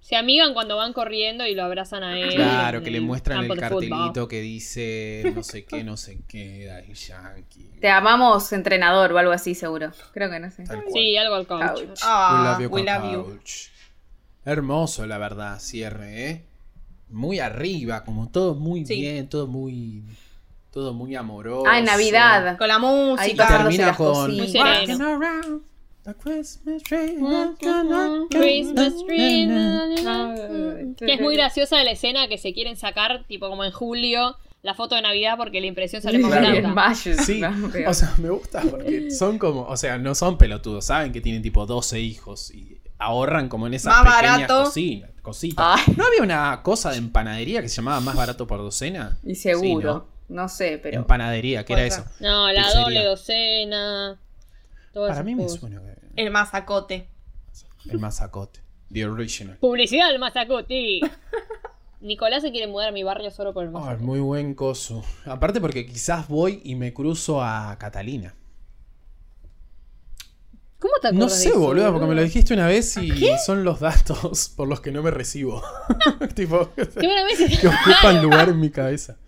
S4: Se amigan cuando van corriendo y lo abrazan a él.
S1: Claro,
S4: en
S1: que le
S4: el
S1: muestran
S4: campo
S1: el
S4: de fútbol.
S1: cartelito que dice no sé qué, no sé qué, Daddy Yankee.
S2: Te amamos entrenador o algo así seguro. Creo que no sé.
S1: Tal cual.
S4: Sí, algo al coach.
S2: Ouch.
S3: Ah,
S1: we love you,
S3: we love
S1: Coach.
S3: you.
S1: Hermoso, la verdad, cierre, ¿eh? Muy arriba, como todo muy
S3: Sí.
S1: bien, todo muy. Todo muy amoroso.
S2: Ah, en Navidad.
S3: Con la
S1: Y
S2: Ahí
S3: música.
S2: está.
S1: termina
S2: las
S1: con.
S2: cositas.
S4: Muy sereno.
S1: Walking around the Christmas tree.
S4: Christmas tree. Que
S2: Que
S4: es muy graciosa la escena que se quieren sacar, tipo como en julio, la foto de Navidad porque la impresión sale más
S1: Claro.
S2: En
S4: barata.
S2: mayo,
S1: Sí,
S2: no, peor.
S1: o sea, me gusta porque son como, o sea, no son pelotudos, saben que tienen tipo 12 hijos y ahorran como en esas
S3: Más
S1: pequeñas
S3: barato.
S1: cocina- cositas.
S2: Ah,
S1: ¿No había una cosa de empanadería que se llamaba más barato por docena?
S2: y seguro.
S1: Sí,
S2: no. sé, pero.
S1: Empanadería, que era
S3: Puede ser.
S1: eso.
S4: No, la
S1: Pizzería.
S4: doble docena. todas
S1: Para
S4: esas
S1: mí me
S4: cosas.
S1: suena que-
S3: El mazacote.
S1: el mazacote, the original.
S4: Publicidad del Mazacuti. Nicolás se quiere mudar a mi barrio solo por el
S1: Ay,
S4: Mazacuti.
S1: muy buen coso. Aparte porque quizás voy y me cruzo a Catalina.
S4: ¿Cómo te
S1: No
S4: acuerdas de
S1: sé,
S4: eso,
S1: boludo, porque me lo dijiste una vez y son los datos por los que no me recibo. tipo,
S4: Qué buena vez.
S1: que ocupan lugar en mi cabeza.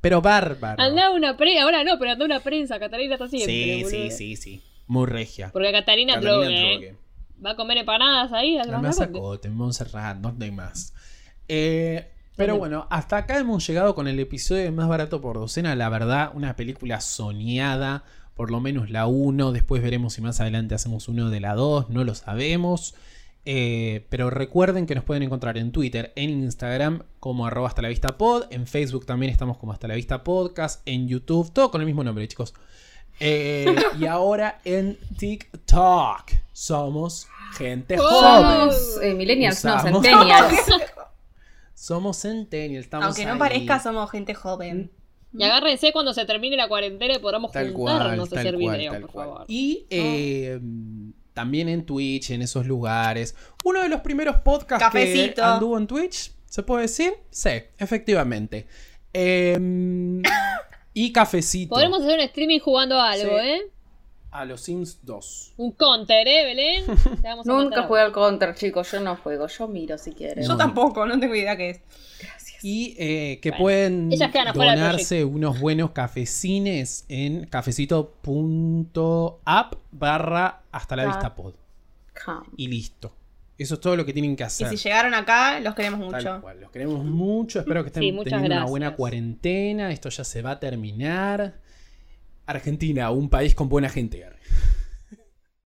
S1: Pero bárbaro.
S4: Andaba una prensa, ahora no, pero andaba una prensa. Catalina está siempre.
S1: sí, sí,
S4: boludo.
S1: sí, sí. Muy regia.
S4: Porque a Catalina,
S1: Catalina
S4: droga, ¿eh?
S1: Drogue.
S4: Va a comer empanadas ahí. al
S1: La más
S4: Mazacuti.
S1: Zacote, en Montserrat, no hay más. Eh, pero
S4: Bueno.
S1: bueno, hasta acá hemos llegado con el episodio de Más Barato por Docena. La verdad, una película soñada, por lo menos la 1. Después veremos si más adelante hacemos uno de la 2, no lo sabemos. Eh, pero recuerden que nos pueden encontrar en Twitter, en Instagram como arroba hasta la vista pod, en Facebook también estamos como hasta la vista podcast, en YouTube, todo con el mismo nombre, chicos. Eh, y ahora en TikTok somos gente
S4: Oh.
S1: joven.
S2: Somos eh, millennials, no,
S1: Usamos.
S2: centennials.
S1: Somos Centennial, estamos
S3: Aunque no
S1: ahí.
S3: parezca, somos gente joven.
S4: Y agárrense cuando se termine la cuarentena y podamos
S1: Tal cual,
S4: juntarnos a
S1: tal
S4: hacer
S1: cual,
S4: video,
S1: tal
S4: por
S1: cual.
S4: favor.
S1: Y eh, también en Twitch, en esos lugares. Uno de los primeros podcasts que
S3: Cafecito.
S1: anduvo en Twitch, ¿se puede decir? Sí, efectivamente. Eh, y cafecito.
S4: Podremos hacer un streaming jugando a algo,
S1: Sí.
S4: ¿eh?
S1: A los Sims 2.
S4: Un counter, ¿eh, Belén? Te vamos a
S2: Nunca
S4: matar.
S2: jugué al counter, chicos. Yo no juego, yo miro si quieren.
S1: No.
S3: Yo tampoco, no tengo idea qué es.
S1: Y eh, que
S4: Bueno,
S1: pueden
S4: ellas quedan afuera del
S1: donarse unos buenos cafecines en cafecito.app barra hasta la
S2: Ah.
S1: vista pod.
S2: Come.
S1: Y listo. Eso es todo lo que tienen que
S3: Y
S1: hacer.
S3: si llegaron acá, los queremos
S1: Tal
S3: mucho.
S1: cual, los queremos mucho. Espero que estén
S4: Sí, muchas
S1: teniendo una
S4: gracias.
S1: buena cuarentena. Esto ya se va a terminar. Argentina, un país con buena gente.